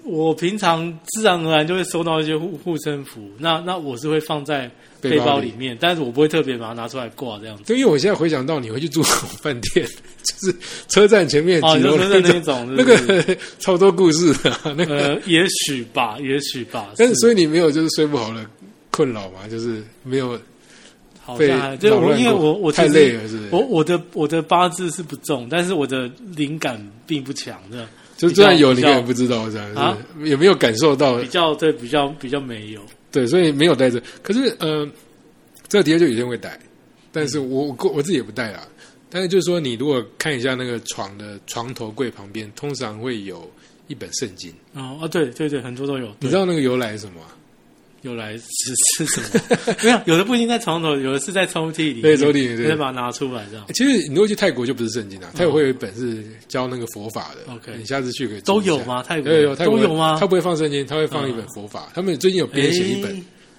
B: 我平常自然而然就会收到一些护护身符，那那我是会放在背
A: 背包
B: 包
A: 里
B: 里面，但是我不会特别把它拿出来挂这样 子。
A: 对，因为我现在回想到你会去住 饭店，就是车站前面
B: 哦，
A: 几
B: 你
A: 楼
B: 说
A: 那
B: 的那
A: 种，
B: 种，
A: 那
B: 是不是
A: 个超多故事的、啊、那个。
B: 呃，也许吧，也许吧，
A: 但是
B: 是
A: 所以你没有就是睡不好的困扰嘛，就是没有
B: 好
A: 被
B: 像还就是
A: 扰
B: 我，
A: 乱
B: 因为
A: 过
B: 我我
A: 太
B: 其实
A: 累了，是不是？
B: 我我的我的八字是不重，但是我的灵感并不强的，
A: 就
B: 比较
A: 虽然有，你
B: 比
A: 可
B: 较
A: 能不知道这样，
B: 啊
A: 是也没有感受到
B: 比较对比较比较没有。
A: 对，所以没有带着。可是，呃，这个的确就有些人会带，但是我我我自己也不带啦。啊但是就是说，你如果看一下那个床的床头柜旁边，通常会有一本圣经。
B: 哦啊，对对对，很多都有，
A: 你知道那个由来是什么吗？
B: 有来是是什么？ 没有，有的不一定在床头，有的是在抽屉里面，
A: 对抽屉里对
B: 再把它拿出来这样。
A: 其实你如果去泰国就不是圣经啦，啊泰国会有一本是教那个佛法的。
B: 哦 OK
A: 你下次去可以
B: 都
A: 注意一
B: 有
A: 下？
B: 吗？泰国
A: 对，有泰国
B: 都有吗？啊
A: 他不会放圣经，他会放一本佛法。他们最近有编写一本，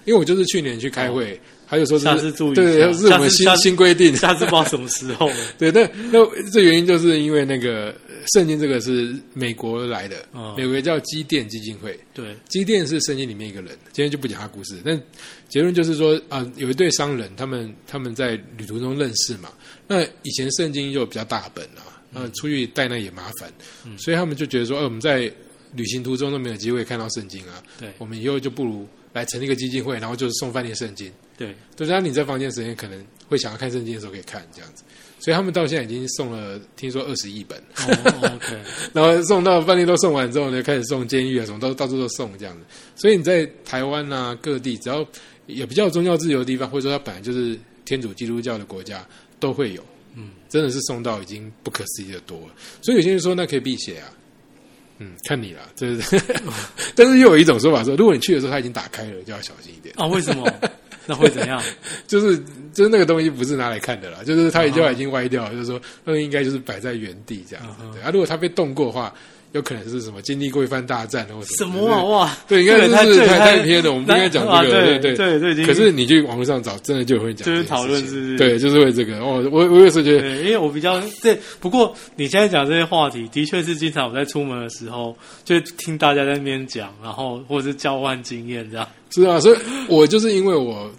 A: 因为我就是去年去开会，他就说这
B: 哦下
A: 是
B: 次注意一
A: 对，
B: 下
A: 对是我
B: 下次
A: 们新
B: 下次
A: 新规定
B: 哎，下次不知道什么时候了。
A: 对，那那这原因就是因为那个呃圣经这个是美国来的，
B: 嗯
A: 美国叫基甸基金会，
B: 对，
A: 基甸是圣经里面一个人，今天就不讲他故事。但结论就是说啊，有一对商人，他们他们在旅途中认识嘛，那以前圣经又比较大本啊，那
B: 嗯
A: 出去带那也麻烦，所以他们就觉得说，呃，我们在旅行途中都没有机会看到圣经啊，
B: 对
A: 我们以后就不如来成立一个基金会，然后就是送饭店圣经。
B: 对，
A: 对，那你在房间时间可能会想要看圣经的时候可以看这样子，所以他们到现在已经送了，听说二十亿本，
B: 哦 OK，
A: 然后送到饭店都送完之后呢，开始送监狱啊什么，到到处都送这样子。所以你在台湾啊各地，只要有比较有宗教自由的地方，或者说它本来就是天主基督教的国家，都会有。嗯，真的是送到已经不可思议的多了。所以有些人说那可以辟邪啊。嗯，看你啦，这是， 但是又有一种说法说，如果你去的时候它已经打开了，就要小心一点。
B: 啊，为什么？那会怎样？
A: 就是就是那个东西不是拿来看的啦，
B: 啊
A: 啊就是它已经已经歪掉了，就是说那个应该就是摆在原地这样子。对啊，如果它被动过的话，有可能是什么经历过一番大战或
B: 什
A: 什
B: 么啊哇，
A: 对，应该
B: 这个太
A: 是
B: 这个
A: 太
B: 太
A: 太偏了，我们不应该讲
B: 啊
A: 这个，
B: 对
A: 对
B: 对对已经
A: 可是你去网络上找，真的就有人讲这件事情，
B: 就是讨论是不是
A: 对，就是为这个。哦，我我有时候觉得，
B: 对，因为我比较对，不过你现在讲这些话题，的确是经常我在出门的时候，就听大家在那边讲，然后或者是交换经验 这样。
A: 是啊，所以我就是因为我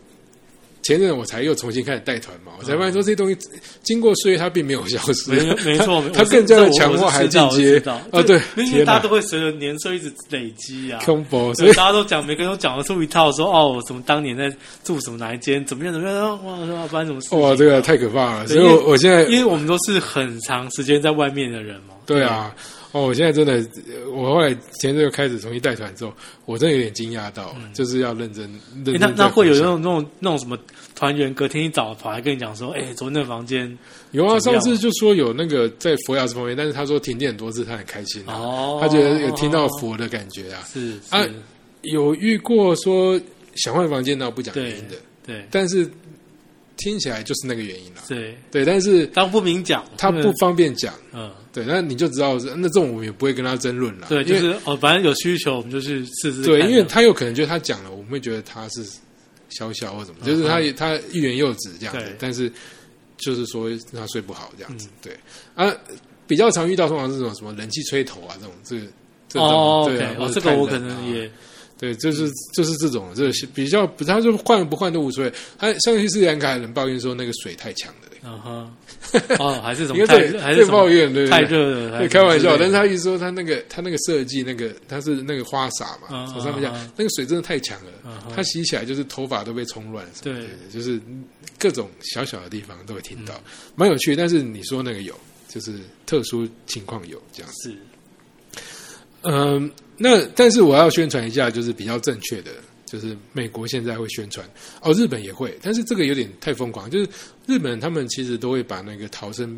A: 前阵我才又重新开始带团嘛，我才发现说这些东西经过岁月它并没有消失，
B: 啊没没错，没
A: 它
B: 我是
A: 更加
B: 这
A: 的
B: 我
A: 强化
B: 我
A: 还
B: 是知
A: 进
B: 道我
A: 阶
B: 知道
A: 啊，对，
B: 因为
A: 天
B: 大家
A: 哪
B: 都会随着年岁一直累积 啊。
A: ，combo，
B: 所
A: 所
B: 以
A: 以
B: 大家都讲，每个人都讲得出一套说哦，我怎么当年在住什么哪一间，怎么样怎么样，哇，哇发生什么事情？
A: 哇，这个太可怕了，
B: 对
A: 所以
B: 因为
A: 我我现在
B: 因为我们都是很长时间在外面的人嘛。
A: 对啊，哦，我现在真的，呃我后来前阵又开始重新带团之后，我真的有点惊讶到，就是要认真认
B: 嗯诶
A: 真
B: 那
A: 在
B: 那会有
A: 分
B: 那
A: 享
B: 种那种那种什么团员隔天一早跑来跟你讲说，哎、昨天的房间
A: 有啊，
B: 怎么
A: 上
B: 样
A: 次就说有那个在佛牙寺旁边，但是他说停电很多次，他很开心啊，
B: 哦
A: 他觉得有听到佛的感觉啊，
B: 是是、
A: 啊有遇过说想换房间然后不讲原因的，
B: 对
A: 但是听起来就是那个原因啦。
B: 对，
A: 对，但是
B: 当不明讲，
A: 他
B: 因为
A: 不方便讲，
B: 嗯，
A: 对，那你就知道是，那这种我们也不会跟他争论啦。
B: 对，
A: 因
B: 就
A: 为
B: 是哦，反正有需求我们就去试试看这
A: 对，
B: 样。
A: 因为他有可能觉得他讲了，我们会觉得他是小小或什么，就是他他欲言又止这样子
B: 嗯对，嗯
A: 但是就是说他睡不好这样子，对啊，比较常遇到通常是这种什么人气吹头啊这种，这个这种
B: 哦
A: 对啊
B: ，OK，
A: 或
B: 哦，
A: 者
B: 这个
A: 太
B: 我
A: 冷
B: 可
A: 啊
B: 能也嗯
A: 对，就是就是这种，就是比较不，他就换不换都无所谓。他上去斯里兰卡有人抱怨说那个水太强了，
B: 嗯哼，哦，还是什
A: 你
B: 么
A: 看
B: 太
A: 这
B: 还是
A: 这
B: 什
A: 抱
B: 么
A: 怨对不
B: 太
A: 对？
B: 热 了，还
A: 对
B: 是
A: 开玩笑，
B: 什
A: 但
B: 么之类
A: 是
B: 的
A: 他一说他那个他那个设计那个他是那个花洒嘛，
B: 嗯
A: 从上面
B: 嗯
A: 讲
B: 嗯
A: 那个水真的太强了
B: 嗯，嗯
A: 他洗起来就是头发都被冲乱什么的，
B: 对
A: 就是各种小小的地方都会听到，蛮有趣。但是你说那个有，就是特殊情况有这样。
B: 是
A: 嗯，那但是我要宣传一下，就是比较正确的，就是美国现在会宣传哦，日本也会，但是这个有点太疯狂，就是日本他们其实都会把那个逃生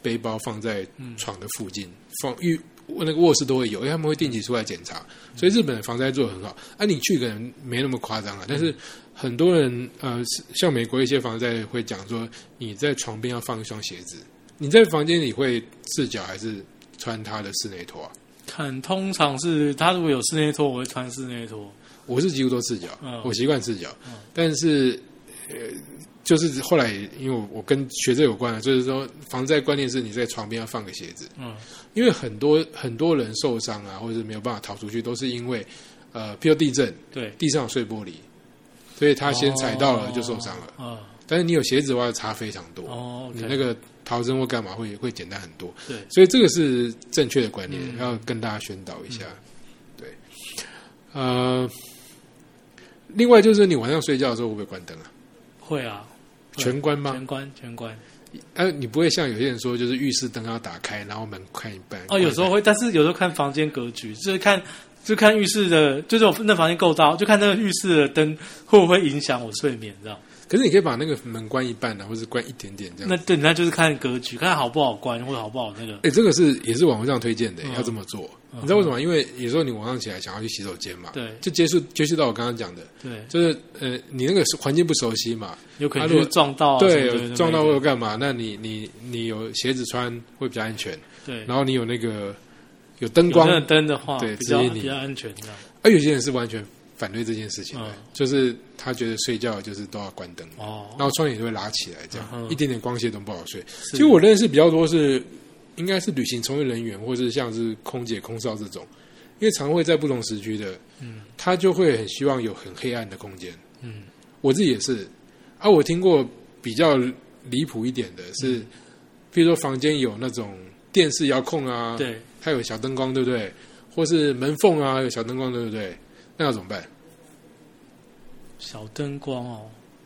A: 背包放在床的附近，放浴那个卧室都会有，因为他们会定期出来检查，所以日本的防灾做得很好。啊，你去可能没那么夸张啊，但是很多人呃，像美国一些防灾会讲说，你在床边要放一双鞋子，你在房间里会赤脚还是穿他的室内拖啊？
B: 看，通常是他如果有室内拖，我会穿室内拖。
A: 我是几乎都赤脚，
B: 嗯
A: 我习惯赤脚，但是呃，就是后来因为我我跟学这有关的，就是说防灾观念是你在床边要放个鞋子，
B: 嗯，
A: 因为很多很多人受伤啊，或者是没有办法逃出去，都是因为呃，譬如地震，
B: 对，
A: 地上有碎玻璃，所以他先踩到了就受伤了。
B: 了。
A: 但是你有鞋子的话，差非常多，
B: 嗯，哦
A: 你
B: ，OK，
A: 那个逃生或干嘛会会简单很多。
B: 对，
A: 所以这个是正确的观念，
B: 嗯
A: 要跟大家宣导一下。对，呃，另外就是你晚上睡觉的时候会不会关灯啊？
B: 会啊，会
A: 全关吗？
B: 全关全关。
A: 啊，你不会像有些人说，就是浴室灯要打开，然后门开一半。
B: 哦，有时候会，但是有时候看房间格局，就是看就看浴室的，就是我那房间够大，就看那个浴室的灯会不会影响我睡眠，这样。
A: 可是你可以把那个门关一半啊，或是关一点点这样。
B: 那对，那就是看格局，看好不好关，或者好不好那个。
A: 哎、这个是也是网络上推荐的、
B: 嗯
A: 要这么做。你知道为什么吗？因为有时候你晚上起来想要去洗手间嘛，
B: 对
A: 就接触接触到我刚刚讲的，
B: 对，
A: 就是呃，你那个环境不熟悉嘛，
B: 有可
A: 啊
B: 能
A: 如果
B: 就是撞到、啊什么之类的那
A: 对，
B: 个
A: 撞到或者干嘛？那你你你有鞋子穿会比较安全，
B: 对，
A: 然后你有那个有灯
B: 嗯有
A: 光，
B: 那个灯的话，
A: 对
B: 比较
A: 指引你
B: 比较安全这样。
A: 而有些人是完全反对这件事情的，
B: 嗯
A: 就是他觉得睡觉就是都要关灯，
B: 哦，
A: 然后窗帘就会拉起来，这样、
B: 嗯哼
A: 一点点光线都不好睡。
B: 其
A: 其实我认识比较多是应该是旅行从业人员，或是像是空姐、空少这种，因为常会在不同时区的，
B: 嗯，
A: 他就会很希望有很黑暗的空间。
B: 嗯
A: 我自己也是啊，我听过比较离谱一点的是，
B: 嗯
A: 譬如说房间有那种电视遥控啊，，
B: 对，
A: 它有小灯光，对不对？或是门缝啊有小灯光，对不对？那要怎么办？
B: 小灯光哦。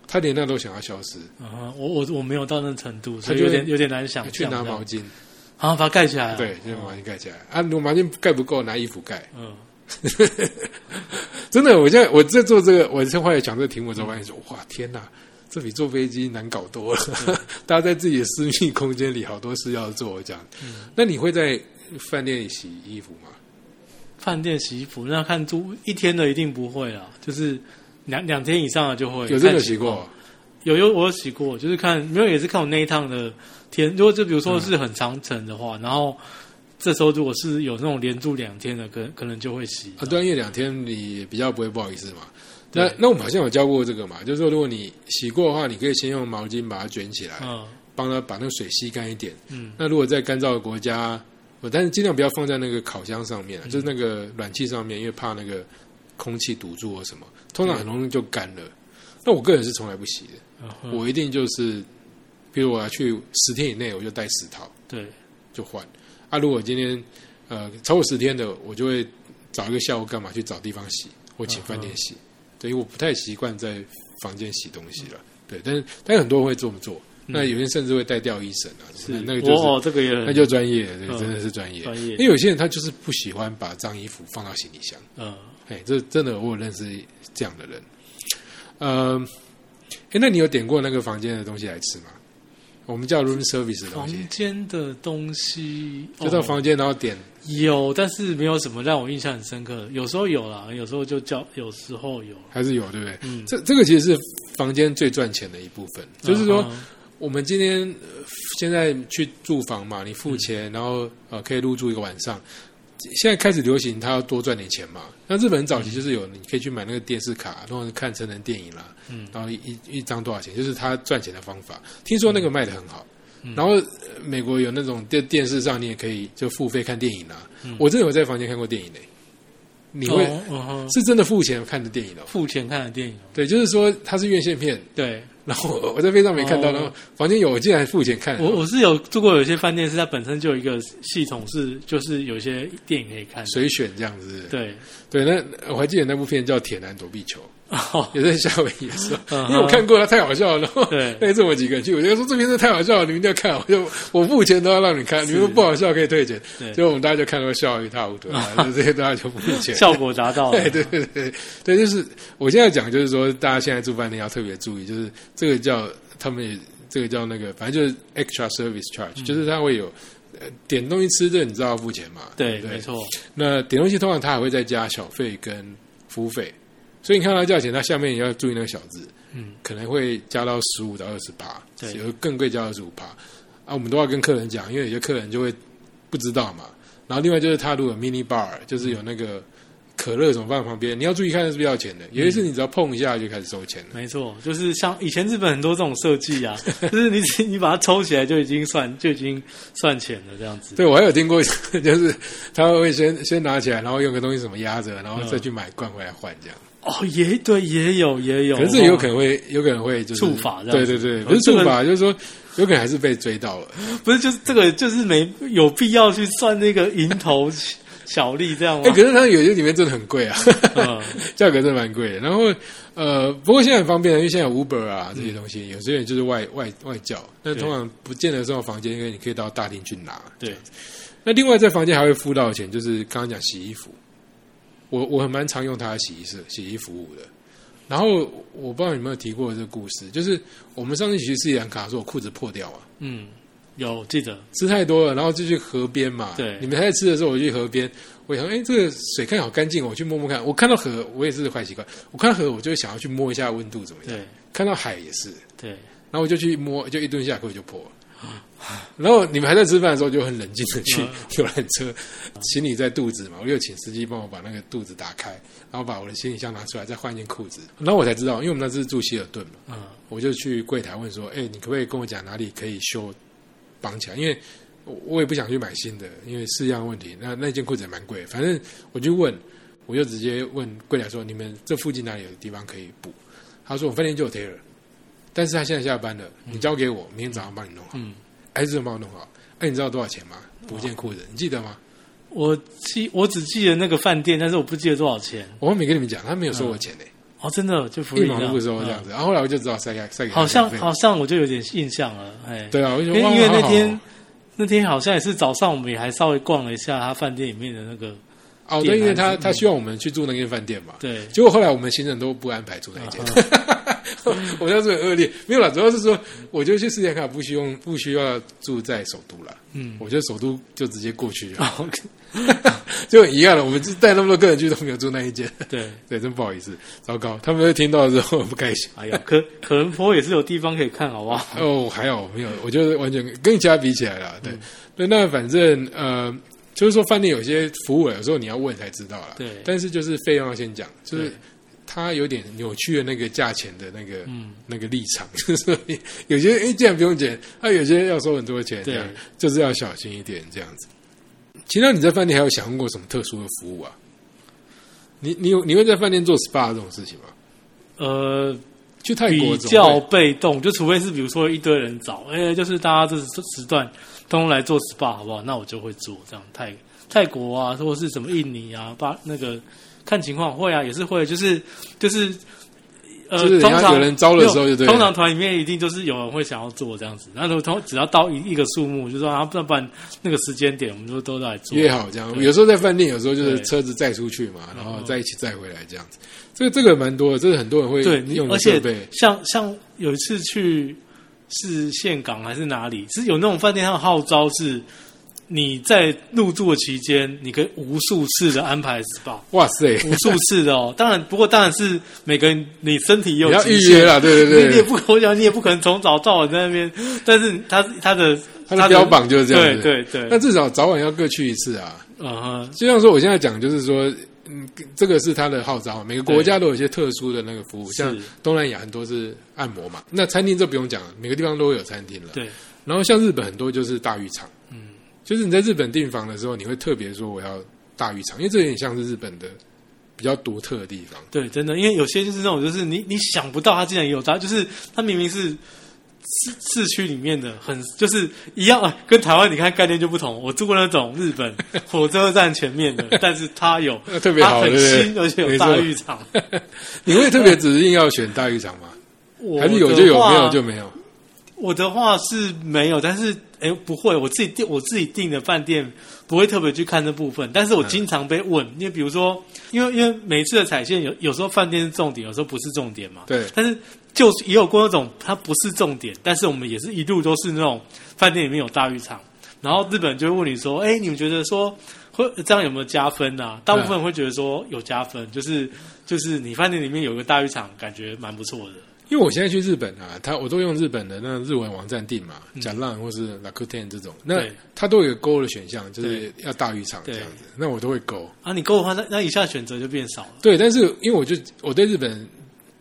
A: 他连那都想要消失，
B: 嗯哼，我我我没有到那程度，所以
A: 他就
B: 有
A: 会
B: 点有点难想象。
A: 去拿毛
B: 这样，
A: 巾，
B: 好像把它盖起来了。
A: 对，就把毛巾盖起来啊。如果毛巾盖不够，拿衣服盖。
B: 嗯，
A: 真的，我现在我在做这个，我在后来讲这个题目之后，发现说，哇，天哪，这比坐飞机难搞多了。
B: 嗯
A: 大家在自己的私密空间里，好多事要做。这样，
B: 嗯
A: 那你会在饭店里洗衣服吗？
B: 饭店洗衣服，那看住一天的一定不会啦，就是两两天以上的就会。
A: 有真的
B: 看
A: 洗
B: 情况
A: 过？
B: 有有我有洗过，就是看没有也是看我那一趟的天。如果就比如说是很长程的话，然后这时候如果是有那种连住两天的，可可能就会洗
A: 啊，对啊，因为两天你比较不会不好意思嘛。
B: 对
A: 那那我们好像有教过这个嘛，就是说如果你洗过的话，你可以先用毛巾把它卷起来，
B: 嗯
A: 帮它把那个水吸干一点。
B: 嗯，
A: 那如果在干燥的国家，我但是尽量不要放在那个烤箱上
B: 嗯
A: 面啊，就是那个暖气上面，因为怕那个空气堵住或什
B: 嗯
A: 么，通常很容易就干了。那我个人是从来不洗的，
B: 嗯哼
A: 我一定就是，比如我要去十天以内，我就带十套
B: 对
A: 就换。啊，如果今天呃超过十天的，我就会找一个下午干嘛去找地方洗，或请饭店
B: 嗯
A: 洗。对，因为我不太习惯在房间洗东西了。对，但是但是很多人会这么做，那有些人甚至会带吊医生啊什么的，那个就是
B: 嗯我哦，这个也很
A: 那就专业，对，
B: 嗯
A: 真的是专业。
B: 专
A: 因
B: 业
A: 为，有些人他就是不喜欢把脏衣服放到行李箱，
B: 嗯，
A: 哎，这真的我有认识这样的人。呃，哎，那你有点过那个房间的东西来吃吗？我们叫 room service 的东
B: 房
A: 西，
B: 间的东西
A: 就到
B: 哦
A: 房间然后点，
B: 有，但是没有什么让我印象很深刻的。有时候有啦，有时候就叫，有时候有。
A: 还是有，对不对？
B: 嗯
A: 这这个其实是房间最赚钱的一部分，就是说，
B: 嗯哼
A: 我们今天呃现在去住房嘛，你
B: 嗯
A: 付钱，然后呃可以入住一个晚上。现在开始流行，他要多赚点钱嘛。那日本早
B: 嗯
A: 期就是有，你可以去买那个电视卡，然后看成人电影啦，
B: 嗯
A: 然后一一一张多少钱，就是他赚钱的方法。听说那个卖的很好。
B: 嗯
A: 然后呃美国有那种电电视上你也可以就付费看电影啦。
B: 嗯
A: 我真的有在房间看过电影呢、你会、
B: 哦嗯哼
A: 是真的付钱看的电影哦？
B: 付钱看的电影，
A: 对，就是说它是院线片，
B: 对
A: 然后我我在飞机上没看到，
B: 哦
A: 然后房间有，我竟然付钱看。
B: 我我是有住过，有些饭店是它本身就有一个系统是，就是有些电影可以看的。
A: 随选这样子。
B: 对，
A: 对，那我还记得那部片叫《铁男躲避球
B: 哦》，，
A: 也在夏威夷的时 候，
B: 嗯哼
A: 因为我看过，它太好笑了。然后
B: 对
A: 那一次我几个人去，我就说这片真的太好笑了，你们一定要看。我就 我付钱都要让你看，你们不好笑可以退钱。
B: 对
A: 结果我们大家就看到笑一塌糊涂， 就这些大家就不付钱。
B: 效果达到了。
A: 对对对对对，就是我现在讲，就是说大家现在住饭店要特别注意，就是这个叫他们也这个叫那个，反正就是 extra service
B: 嗯
A: charge，、就是它会有。呃点东西吃，这你知道要付钱嘛？
B: 对，
A: 不对
B: 没错，
A: 那点东西通常它还会再加小费跟服务费，所以你看到价钱，它下面也要注意那个小字，
B: 嗯，
A: 可能会加到十五到二十八，
B: 对
A: 有的更贵加二十五趴啊，我们都要跟客人讲，因为有些客人就会不知道嘛。然后另外就是他如果有 mini bar，就是有那个可乐什么放在旁边，你要注意看是不是要钱的。有一次你只要碰一下就开始收钱了，
B: 没错，就是像以前日本很多这种设 计啊，就是你只你把它抽起来就已经算就已经算钱了这样子。
A: 对我还有听过，就是他会先先拿起来，然后用个东西什么压着，然后再去买罐回来换这样。
B: 哦，也对，也有也有，哦
A: 可是有可能会，有可能会就是
B: 触法这样
A: 对
B: 子
A: 对对，
B: 哦
A: 不是
B: 这
A: 触
B: 个
A: 法，就是说有可能还是被追到了。
B: 不是，就是这个，就是没有必要去算那个蝇头小利这样
A: 哎，
B: 吗
A: 可？是它有些里面真的很贵啊，
B: 嗯，
A: 价格真的蛮贵的。然后呃，不过现在很方便了，因为现在有 Uber 啊这些东西，有些人就是外外外教，但
B: 对
A: 通常不见得送到房间，因为你可以到大厅去拿。
B: 对，
A: 那另外在房间还会付到的钱，就是刚刚讲洗衣服，我我很蛮常用它的洗衣室洗衣服务的。然后我不知道有没有提过这个故事，就是我们上次一起去斯里兰卡的时候，我裤子破掉啊。
B: 嗯，有记得，
A: 吃太多了，然后就去河边嘛。
B: 对
A: 你们还在吃的时候，我就去河边，我想，哎，这个水看起来好干净哦，我去摸摸看。我看到河，我也是坏习惯，我看到河，我就想要去摸一下温度怎么样。
B: 对
A: 看到海也是，
B: 对，
A: 然后我就去摸，就一蹲下，口就破了。然后你们还在吃饭的时候，就很冷静的去
B: 嗯
A: 游览车，行李在肚子嘛，我就请司机帮我把那个肚子打开，然后把我的行李箱拿出来，再换一件裤子。然后我才知道，因为我们那次住希尔顿嘛，
B: 嗯
A: 我就去柜台问说：“哎、你可不可以跟我讲哪里可以修绑起来？因为我我也不想去买新的，因为式样问题。那那件裤子也蛮贵，反正我就问，我就直接问柜台说：‘你们这附近哪里有地方可以补？’他说：‘我们饭店就有 tailor，但是他现在下班了，你交给我，明天早上帮你弄好。’
B: 嗯，
A: 还是帮我弄好。哎、你知道多少钱吗？补一件裤子，你记得吗？
B: 我记我只记得那个饭店，但是我不记得多少钱。
A: 我没跟你们讲，他没有收我钱呢、
B: 哦，真的就福
A: 一
B: 利
A: 毛都不收
B: 这
A: 这
B: 样
A: 样
B: 嗯
A: 子。然后后来我就知道塞给塞给他
B: 好像
A: 免费
B: 好像我就有点印象了，哎，
A: 对啊，我就
B: 因
A: 觉
B: 为
A: 得哇
B: 因为
A: 好
B: 那
A: 好
B: 天那天好像也是早上，我们也还稍微逛了一下他饭店里面的那个，
A: 哦，对，因为
B: 还
A: 他
B: 是嗯
A: 他希望我们去住那间饭店嘛，
B: 对，啊
A: 结果后来我们行程都不安排住那一间， 我当时很恶劣，没有啦，主要是说我就去斯里兰卡不需用不需要住在首都了，
B: 嗯，
A: 我觉得首都就直接过去了，
B: 哦
A: 就很遗憾了，我们就带那么多个人去都没有住那一间，
B: 对，
A: 对，真不好意思，糟糕，他们会听到之后很不开心。
B: 哎呀，可可能坡也是有地方可以看，好不好？嗯
A: 哦，还好没有，我觉得完全跟其他比起来了，对、对，那反正呃，就是说饭店有些服务有时候你要问才知道啦。
B: 对
A: 但是就是费用要先讲，就是
B: 对
A: 它有点扭曲了那个价钱的那个、
B: 嗯
A: 那个立场， 就是有些哎竟然不用钱，啊有些要收很多钱，
B: 对
A: 这样就是要小心一点这样子。其实你在饭店还有享用过什么特殊的服务啊？你你有你会在饭店做 SPA 这种事情吗？
B: 呃，
A: 去泰国
B: 比
A: 总会
B: 较被动，就除非是比如说一堆人找，哎、就是大家这时段通通来做 SPA 好不好？那我就会做这样。泰泰国啊，或者是什么印尼啊，巴那个看情况会啊，也是会，就是就是。呃，
A: 就是人家
B: 通常
A: 有人招的时候就对了
B: 通常团里面一定就是有人会想要做这样子，然后通只要到一一个数目，就说啊，不然不然那个时间点，我们就都来做。
A: 约好这样。
B: 对
A: 有时候在饭店，有时候就是
B: 对
A: 车子载出去嘛，然后
B: 嗯
A: 再一起载回来这样子。这个这个蛮多的，这是很多人会
B: 对，你
A: 用
B: 而
A: 的设
B: 且
A: 备。
B: 像像有一次去是岘港还是哪里，是有那种饭店，它的号召是你在入住的期间，你可以无数次的安排 SPA，
A: 哇塞，
B: 无数次的哦。当然，不过当然是每个人你身体也有
A: 你要
B: 极
A: 预
B: 限
A: 约。啦，对
B: 你
A: 对
B: 你
A: 对，
B: 也不，我想你也不可能从早到晚在那边，但是他他的
A: 它的标榜就是这样子。
B: 对对
A: 那
B: 对，
A: 至少早晚要各去一次啊。
B: 嗯哼，
A: 就像说我现在讲，就是说，嗯，这个是它的号召，每个国家都有一些特殊的那个服务，
B: 是
A: 像东南亚很多是按摩嘛，那餐厅这不用讲，每个地方都有餐厅了。
B: 对，
A: 然后像日本很多就是大浴场，嗯，就是你在日本订房的时候，你会特别说我要大浴场，因为这有点像是日本的比较独特的地方。
B: 对，真的，因为有些就是那种，就是你你想不到它竟然也有它，就是它明明是市市区里面的，很就是一样，啊，跟台湾你看概念就不同。我住过那种日 本火车站前面的，但是它有
A: 那特别好
B: 它
A: 对
B: 很
A: 不对
B: 新，而且
A: 没
B: 有
A: 错
B: 大浴场。
A: 你会特别指定要选大浴场吗？
B: 我
A: 还是有
B: 的
A: 就有，
B: 话
A: 没有就没有？
B: 我的话是没有，但是哎，不会，我自己订我自己订的饭店不会特别去看这部分，但是我经常被问，因为比如说，因为因为每次的彩线有有时候饭店是重点，有时候不是重点嘛，
A: 对
B: 但是就是也有过那种它不是重点，但是我们也是一路都是那种饭店里面有大浴场，然后日本人就会问你说，哎，你们觉得说会这样有没有加分啊？大部分人会觉得说有加分，就是就是你饭店里面有个大浴场，感觉蛮不错的。
A: 因为我现在去日本啊，他我都用日本的那日文网站订嘛，假浪或是 Rakuten 这种，那
B: 嗯对
A: 它都有勾的选项，就是要大浴场这样子，那我都会勾。
B: 啊，你够的话，那那以下选择就变少了。
A: 对，但是因为我就我对日本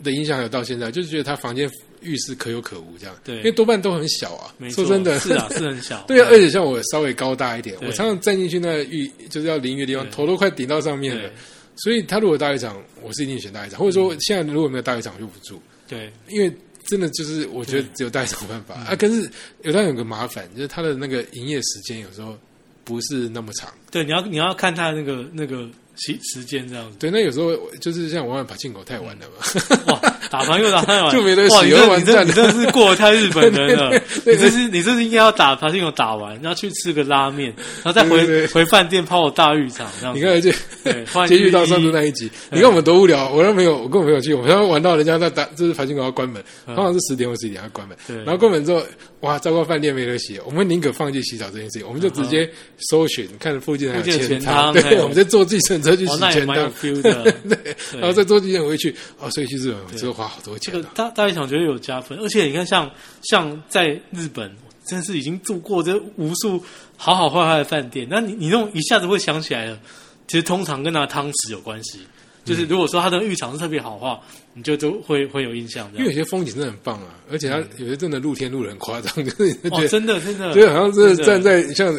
A: 的印象有到现在，就是觉得他房间浴室可有可无这样，
B: 对
A: 因为多半都很小啊
B: 没。错，
A: 说真的，
B: 是啊，是很小
A: 。对啊，而且像我稍微高大一点，
B: 对
A: 我常常站进去那个浴就是要淋浴的地方，
B: 对
A: 头都快顶到上面了
B: 对。
A: 所以他如果大浴场，我是一定选大浴场，或者说现在如果没有大浴场，我就不住，
B: 对
A: 因为真的就是我觉得只有大浴场有办法啊。可是有但有个麻烦，就是他的那个营业时间有时候不是那么长。
B: 对，你要你要看他那个那个时时间这样子。
A: 对，那有时候就是像我玩把进口太晚了嘛，
B: 哇， 打团又打太晚，
A: 就没得洗
B: 哇，你
A: 又
B: 这
A: 完
B: 你这
A: 蛋了
B: 你真的是过得太日本人了。
A: 对对对
B: 你这是你这是应该要打团友打完，然后去吃个拉面，然后再回
A: 对对对
B: 回饭店泡大浴场这样子。
A: 你看就
B: 啊 对换
A: 接续到
B: 浴衣
A: 上次那一集，你看我们多无聊。我那朋友，我跟我朋友去，我们要玩到人家那打，就是排球馆要关门，通常是十点或十一点要关门。
B: 嗯对
A: 然后关门之后，哇，糟糕，饭店没得洗，我们宁可放弃洗澡这件事情，我们就直接搜寻看附近还有
B: 嗯附近的
A: 钱
B: 钱
A: 汤，
B: 汤
A: 对，
B: 嘿
A: 我们就坐计程车去洗
B: 哇哦那也
A: 钱
B: 蛮有
A: 汤，
B: feel
A: 对
B: 的，
A: 然后再坐计程车回去。哦，所以去日本我只有花好多
B: 这
A: 钱
B: 个
A: 啊。
B: 大大家想觉得有加分，而且你看像像在日本，真是已经住过这无数好好坏坏的饭店，那你你那种一下子会想起来了，其实通常跟它的汤匙有关系。就是
A: 嗯
B: 如果说它的浴场是特别好的话，你就都会会有印象这
A: 因为
B: 样。
A: 有些风景真的很棒啊，而且它有些真的露天露得很夸张， 就是你会觉
B: 嗯哦，
A: 得
B: 真的 真的，
A: 对，好像是
B: 真的
A: 站在像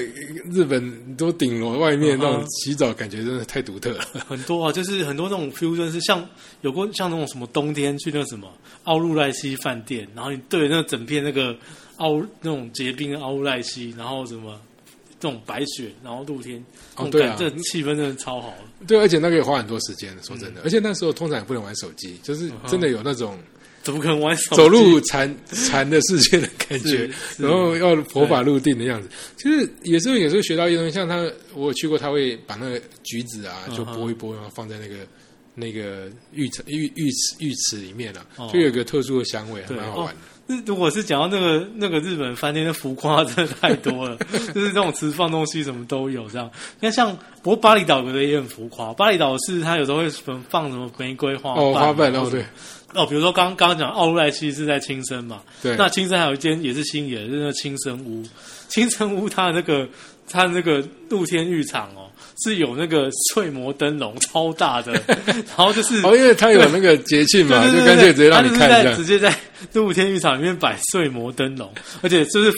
A: 日本都顶楼外面
B: 嗯
A: 那
B: 哼
A: 种洗澡，感觉真的太独特了。
B: 很多啊，就是很多那种 fusion 是像有过像那种什么冬天去那什么奥入赖西饭店，然后你对着那整片那个奥那种结冰的奥入赖西，然后什么这种白雪，然后露天，
A: 哦
B: 那种
A: 对啊
B: 感这气氛真的超好。
A: 对，而且那个也花很多时间，说
B: 嗯
A: 真的，而且那时候通常也不能玩手机，就是真的有那种
B: 怎么可能玩手嗯机
A: 走入禅禅的世界的感觉
B: 是，是嗯
A: 然后要佛法入定的样子。其实有时候有时候学到一些东西，像他我有去过，他会把那个橘子
B: 嗯
A: 啊就剥一剥，然后放在那个。那个浴池浴浴池浴池里面啊，
B: 哦
A: 就有一个特殊的香味，还
B: 对哦
A: 蛮好玩的。
B: 那如果是讲到那个那个日本饭店的浮夸，真的太多了， 就是那种吃放东西什么都有这样。那像不过巴厘岛有的也很浮夸，巴厘岛是它有时候会什么放什么玫瑰花
A: 哦，花瓣
B: 然
A: 哦
B: 后，
A: 对
B: 哦，比如说刚刚刚讲奥莱西是在青森嘛，
A: 对，
B: 那青森还有一间也是新野，就是那青森屋。青森屋它的那个它的那个露天浴场哦，是有那个睡魔灯笼超 大的，然后就是
A: 哦，因为它有那个节庆嘛，啊就
B: 对对对
A: 干脆直接让你看
B: 他
A: 一
B: 就是在直
A: 下。
B: 接在露天浴场里面摆睡魔灯笼，而且就是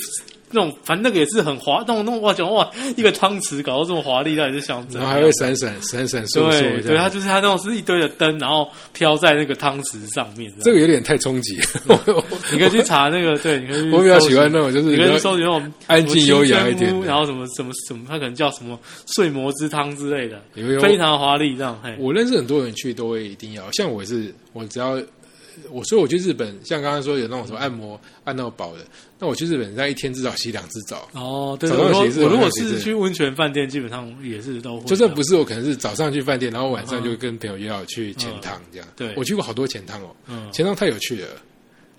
B: 那种反正那个也是很华，那种那种哇讲哇一个汤匙搞到这么华丽，到底是想怎
A: 然
B: 样？
A: 后还会闪闪闪闪烁烁
B: 对
A: 这
B: 对，它
A: 样，
B: 就是它那种是一堆的灯，然后飘在那个汤匙上面。这
A: 这
B: 样
A: 个有点太冲击。
B: 嗯
A: 我我
B: 你可以去查那个，对，你可以去
A: 我比较喜欢
B: 搜寻
A: 那种就是
B: 你可以
A: 比
B: 去
A: 较
B: 搜寻那种
A: 安静优雅一
B: 什么清真
A: 点
B: 屋
A: 的
B: 然后什么什么什么，它可能叫什么睡魔之汤之类的，
A: 有有
B: 非常华丽这样。嘿，
A: 我认识很多人去都会一定要，像我也是，我只要我所以我去日本，像刚刚说有那种什么按摩按到饱的，那我去日本，那一天至少洗两次澡。
B: 哦，对，
A: 早
B: 我
A: 上
B: 说
A: 有鞋子
B: 我如果
A: 晚上有鞋
B: 是
A: 子
B: 去温泉饭店，基本上也是都会
A: 就算
B: 这样
A: 不是我，可能是早上去饭店，然后晚上就跟朋友约好去钱汤这样。
B: 对
A: 我去过好多钱汤哦，
B: 嗯
A: 钱汤太有趣了。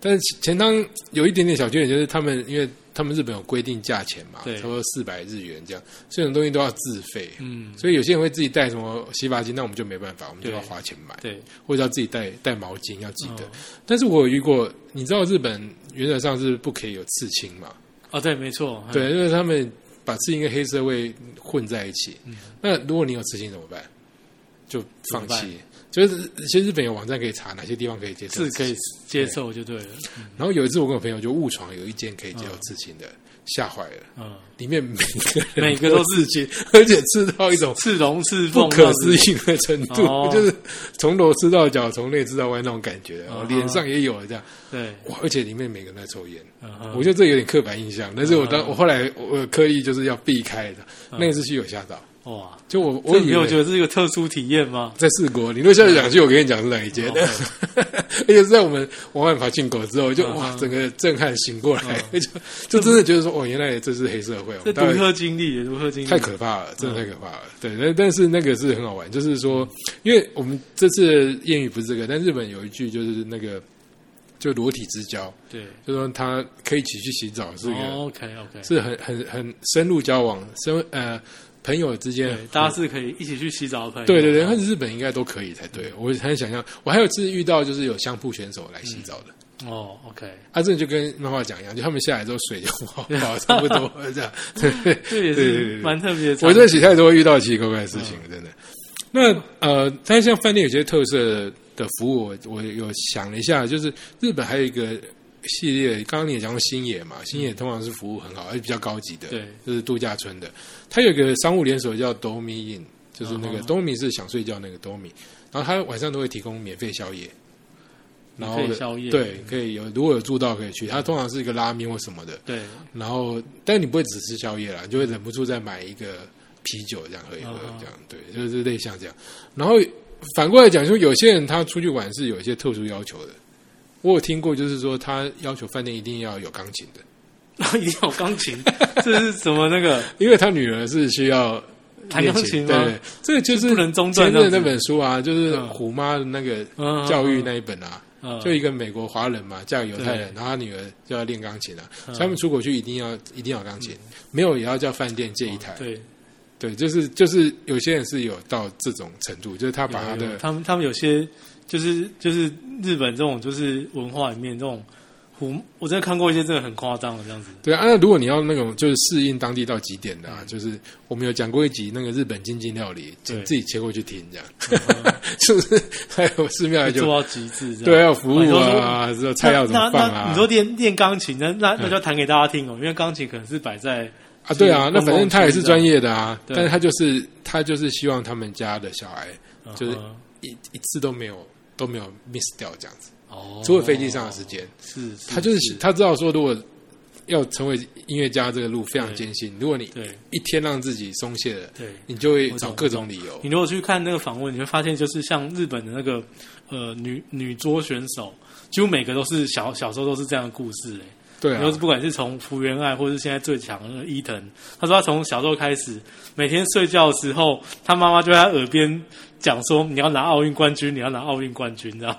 A: 但是钱汤有一点点小缺点，就是他们因为他们日本有规定价钱嘛，
B: 对
A: 差不多四百日元这样，所以很多东西都要自费。
B: 嗯，
A: 所以有些人会自己带什么洗发精，那我们就没办法，我们就
B: 对
A: 要花钱买。
B: 对，
A: 或者要自己带带毛巾，要记得。
B: 嗯
A: 但是我有遇过，你知道日本原则上是不可以有刺青嘛？
B: 哦，对，没错，嘿，
A: 对，因为他们把刺青跟黑社会混在一起。
B: 嗯
A: 那如果你有刺青怎么办？就放
B: 怎么
A: 弃。就是其实日本有网站可以查哪些地方可以接受
B: 是
A: 刺
B: 可
A: 青
B: 以接受就对了，
A: 然后有一次我跟我朋友就误闯有一间可以接受刺青的，吓坏了，
B: 嗯，
A: 里面每个人
B: 每个都
A: 刺青， 而且刺到一种
B: 刺龙刺
A: 不
B: 凤，
A: 可思议的程度，
B: 哦
A: 就是从头吃到脚，从内吃到外那种感觉，然后
B: 嗯哼
A: 脸上也有了这样。
B: 这样子，
A: 哇！而且里面每个人都在抽烟，
B: 对，
A: 我觉得这有点刻板印象。但是我
B: 啊
A: 当我后来我我刻意就是要避开的，那一次去有吓到，
B: 得哇，
A: 就我我
B: 啊这
A: 以
B: 你有觉
A: 为
B: 得是一个特殊体验 吗？
A: 在四国，你若下去两句，我跟你讲是哪一间
B: 哦
A: 的，而且是在我们玩完爬进狗之后，就
B: 嗯
A: 哇，
B: 嗯
A: 整个震撼醒过来， 就就真的觉得说，哦，原来这是黑社会，我
B: 这
A: 们
B: 独
A: 大概
B: 特嗯经历，独特经历，
A: 太可怕了，真的太可怕了。对，但但是那个是很好玩，就是说，因为我们这次的谚语不是这个，但日本有一句就是那个就裸体之交，
B: 对
A: 就说他可以一起去洗澡，是一个、
B: ，OK OK，
A: 是很很很深入交往，深呃朋友之间
B: 对，，大家是可以一起去洗澡的朋友，
A: 对对对，那日本应该都可以才对。我很想象，我还有次遇到就是有相扑选手来洗澡的，
B: 哦，OK，
A: 他啊真的就跟漫画讲一样，就他们下来之后水就 泡泡差不多这样。 对对
B: 这
A: 对对
B: 也是
A: 对
B: 蛮特别的场景，
A: 我真的洗太多遇到奇奇怪怪的事情，
B: 嗯
A: 真的。那呃，但是像饭店有些特色的服务，我我有想了一下，就是日本还有一个系列，刚刚你也讲过星野嘛，星野通常是服务很好，而且比较高级的，
B: 嗯对，
A: 就是度假村的。它有一个商务连锁叫 Domi Inn，就是那个
B: 哦
A: Domi 是想睡觉那个 Domi，然后它晚上都会提供免费宵夜，然后
B: 可以宵夜，
A: 对，可以有如果有住到可以去，它通常是一个拉面或什么的，
B: 对，
A: 然后，但你不会只吃宵夜啦，你就会忍不住再买一个啤酒这样喝一喝
B: 嗯，哼
A: 这样对，就是类似像这样。然后反过来讲，说有些人他出去玩是有一些特殊要求的。我有听过，就是说他要求饭店一定要有钢琴的，
B: 然后一定要有 钢琴，这是什么那个
A: 因为他女儿是需要
B: 弹
A: 练
B: 钢琴
A: 对
B: 吗？
A: 对，这个就是
B: 不能中断
A: 前阵
B: 这样子
A: 那本书啊，就是
B: 嗯
A: 虎妈的那个
B: 嗯
A: 教育那一本啊，
B: 嗯
A: 就一个美国华人嘛，嫁给犹太人，
B: 对
A: 然后他女儿就要练钢琴啊，所
B: 嗯
A: 以他们出国去一定要一定要有钢琴，没有也要叫饭店借一台。
B: 对，
A: 对，就是就是有些人是有到这种程度，就是他
B: 有
A: 把他
B: 有
A: 的
B: 他们他们有些就是就是日本这种就是文化里面这种虎，我真的看过一些真的很夸张的这样子。
A: 对啊，那如果你要那种就是适应当地到极点的啊，就是我们有讲过一集那个日本京津料理，
B: 嗯对嗯
A: 请自己切过去听这样， 是不是？还有寺庙还
B: 做
A: 有
B: 到极致这样，
A: 对，还有服
B: 哦你
A: 务
B: 说
A: 啊，知道
B: 那
A: 菜要怎么放
B: 那那
A: 啊？
B: 你说练练钢琴，那那那
A: 嗯
B: 就要弹给大家听哦，因为钢琴可能是摆在
A: 啊，对啊，那反正他也是专业的啊，
B: 对
A: 但是他就是他就是希望他们家的小孩就是
B: 嗯
A: 一一次都没有都没有 miss 掉这样子，
B: 哦，
A: 除了飞机上的时间，
B: 是，是
A: 他就是他知道说，如果要成为音乐家这个路非常艰辛，如果你
B: 对
A: 一天让自己松懈了，
B: 对。
A: 你就会
B: 我
A: 找
B: 懂
A: 各种理由
B: 你。如果去看那个访问，你会发现，就是像日本的那个呃女女桌选手，几乎每个都是小小时候都是这样的故事、欸，
A: 对
B: 然
A: 啊
B: 后，不管是从福原爱，或是现在最强的那个伊藤，他说他从小时候开始，每天睡觉的时候，他妈妈就在他耳边讲说：“你要拿奥运冠军，你要拿奥运冠军。”这样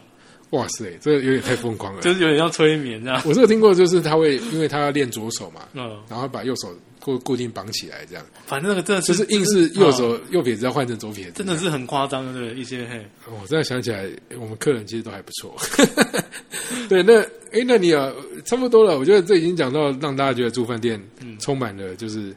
A: 哇塞，这有点太疯狂 了。
B: 就是有点像催眠这样。
A: 我是有听过，就是他会因为他要练左手嘛，
B: 嗯，
A: 然后把右手固固定绑起来，这样
B: 反正那个真的
A: 就是是硬是右
B: 哦
A: 手右撇子要换成左撇子。
B: 真的是很夸张，对不对？一些嘿，
A: 哦，我这样想起来，我们客人其实都还不错。 对，那哎，那你也差不多了。我觉得这已经讲到让大家觉得住饭店充满了就是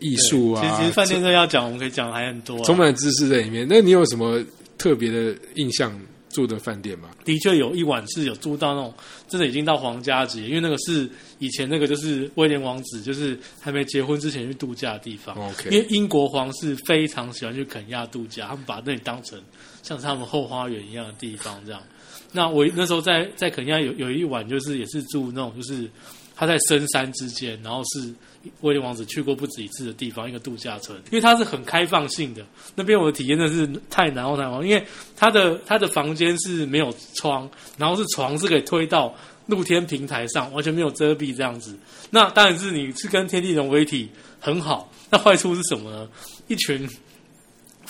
A: 艺术啊，
B: 嗯对其实其实饭店这要讲，我们可以讲还很多、啊。
A: 充满知识在里面。那你有什么特别的印象住的饭店吗？
B: 的确有一晚是有住到那种真的已经到皇家级，因为那个是以前那个就是威廉王子，就是还没结婚之前去度假的地方。
A: OK
B: 因为英国皇室非常喜欢去肯亚度假，他们把那里当成像是他们后花园一样的地方这样。那我那时候在在肯亚有有一晚就是也是住那种就是他在深山之间，然后是威廉王子去过不止一次的地方，一个度假村，因为它是很开放性的。那边我的体验真的是太难忘太难忘，因为它的它的房间是没有窗，然后是床是可以推到露天平台上，完全没有遮蔽这样子。那当然是你是跟天地融为一体，很好。那坏处是什么呢？一群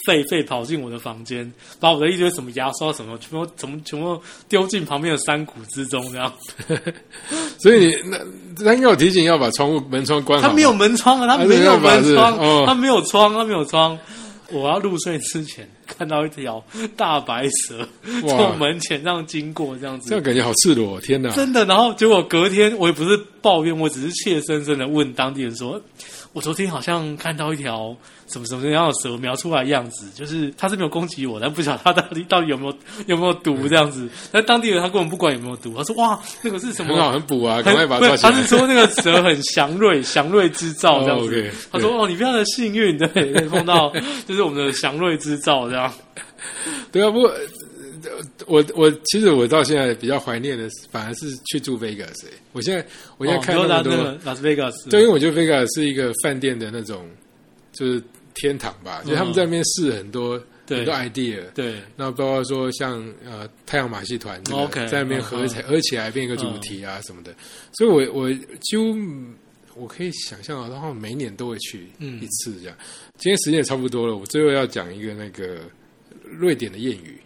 B: 狒狒跑进我的房间，把我的一堆什么牙刷什么全部全部全部丢进旁边的山谷之中，这样。
A: 所以你那他应该有提醒要把窗户门窗关好。
B: 他没有，门窗啊，他没有门
A: 哎还是没办法是哦
B: 窗，他没有窗，他没有窗。我要入睡之前看到一条大白蛇从我门前这样经过，这样
A: 这
B: 子
A: 样感觉好赤裸哦、天哪！
B: 真的。然后结果隔天我也不是抱怨，我只是怯生生的问当地人说：“我昨天好像看到一条什么什么样的蛇描出来的样子，就是它是没有攻击我，但不晓得它到底到 底有没有有没有毒这样子。”但当地人他根本不管有没有毒，他说：“哇，那个是什么
A: 很？”好，很补啊，赶快把
B: 不
A: 它抓
B: 是
A: 起来。
B: 他是说那个蛇很祥瑞，祥瑞之兆这样子。
A: 哦，OK，
B: 他说：“哦，你非常的幸运，对，可以碰到就是我们的祥瑞之兆这样。
A: 对啊，不过呃我我其实我到现在比较怀念的，反而是去住 Vegas、欸。我现在 我现在看
B: 哦
A: 那
B: 你说
A: 么
B: 拉
A: 多，
B: 那个拉斯维加斯，
A: 对，因为我觉得 Vegas 是一个饭店的那种就是天堂吧，就他们在那边试很多、
B: 嗯对
A: 很多 idea。
B: 对
A: 那包括说像呃太阳马戏团这个
B: OK，嗯
A: 在那边合起来、合起来变一个主题啊什么的，所以我我几乎嗯我可以想象到，然后每年都会去
B: 嗯
A: 一次这样。今天时间也差不多了，我最后要讲一个那个瑞典的谚语。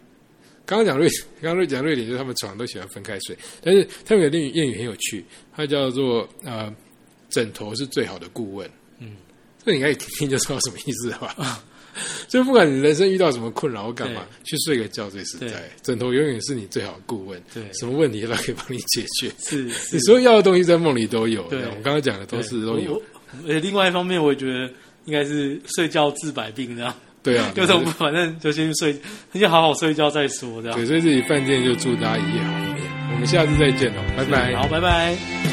A: 刚刚讲瑞，刚刚讲瑞典就是他们床都喜欢分开睡，但是他们有谚语，谚语很有趣，它叫做呃枕头是最好的顾问。
B: 嗯，
A: 这你应该一听就知道什么意思了吧？ 所以不管你人生遇到什么困扰或干嘛，去睡个觉最实
B: 对
A: 在。枕头永远是你最好的顾问，
B: 对
A: 什么问题都可以帮你解决。
B: 是
A: 你
B: 是，
A: 所有要的东西在梦里都有，
B: 对
A: 我刚刚讲的都是都
B: 对
A: 有
B: 我，我而且另外一方面，我也觉得应该是睡觉治百病这样。
A: 对啊，
B: 有什么反正 就先睡，先好好睡觉再说这样
A: 对，。所以这里饭店就祝大家一夜好眠，我们下次再见喽，拜拜。
B: 好，拜拜。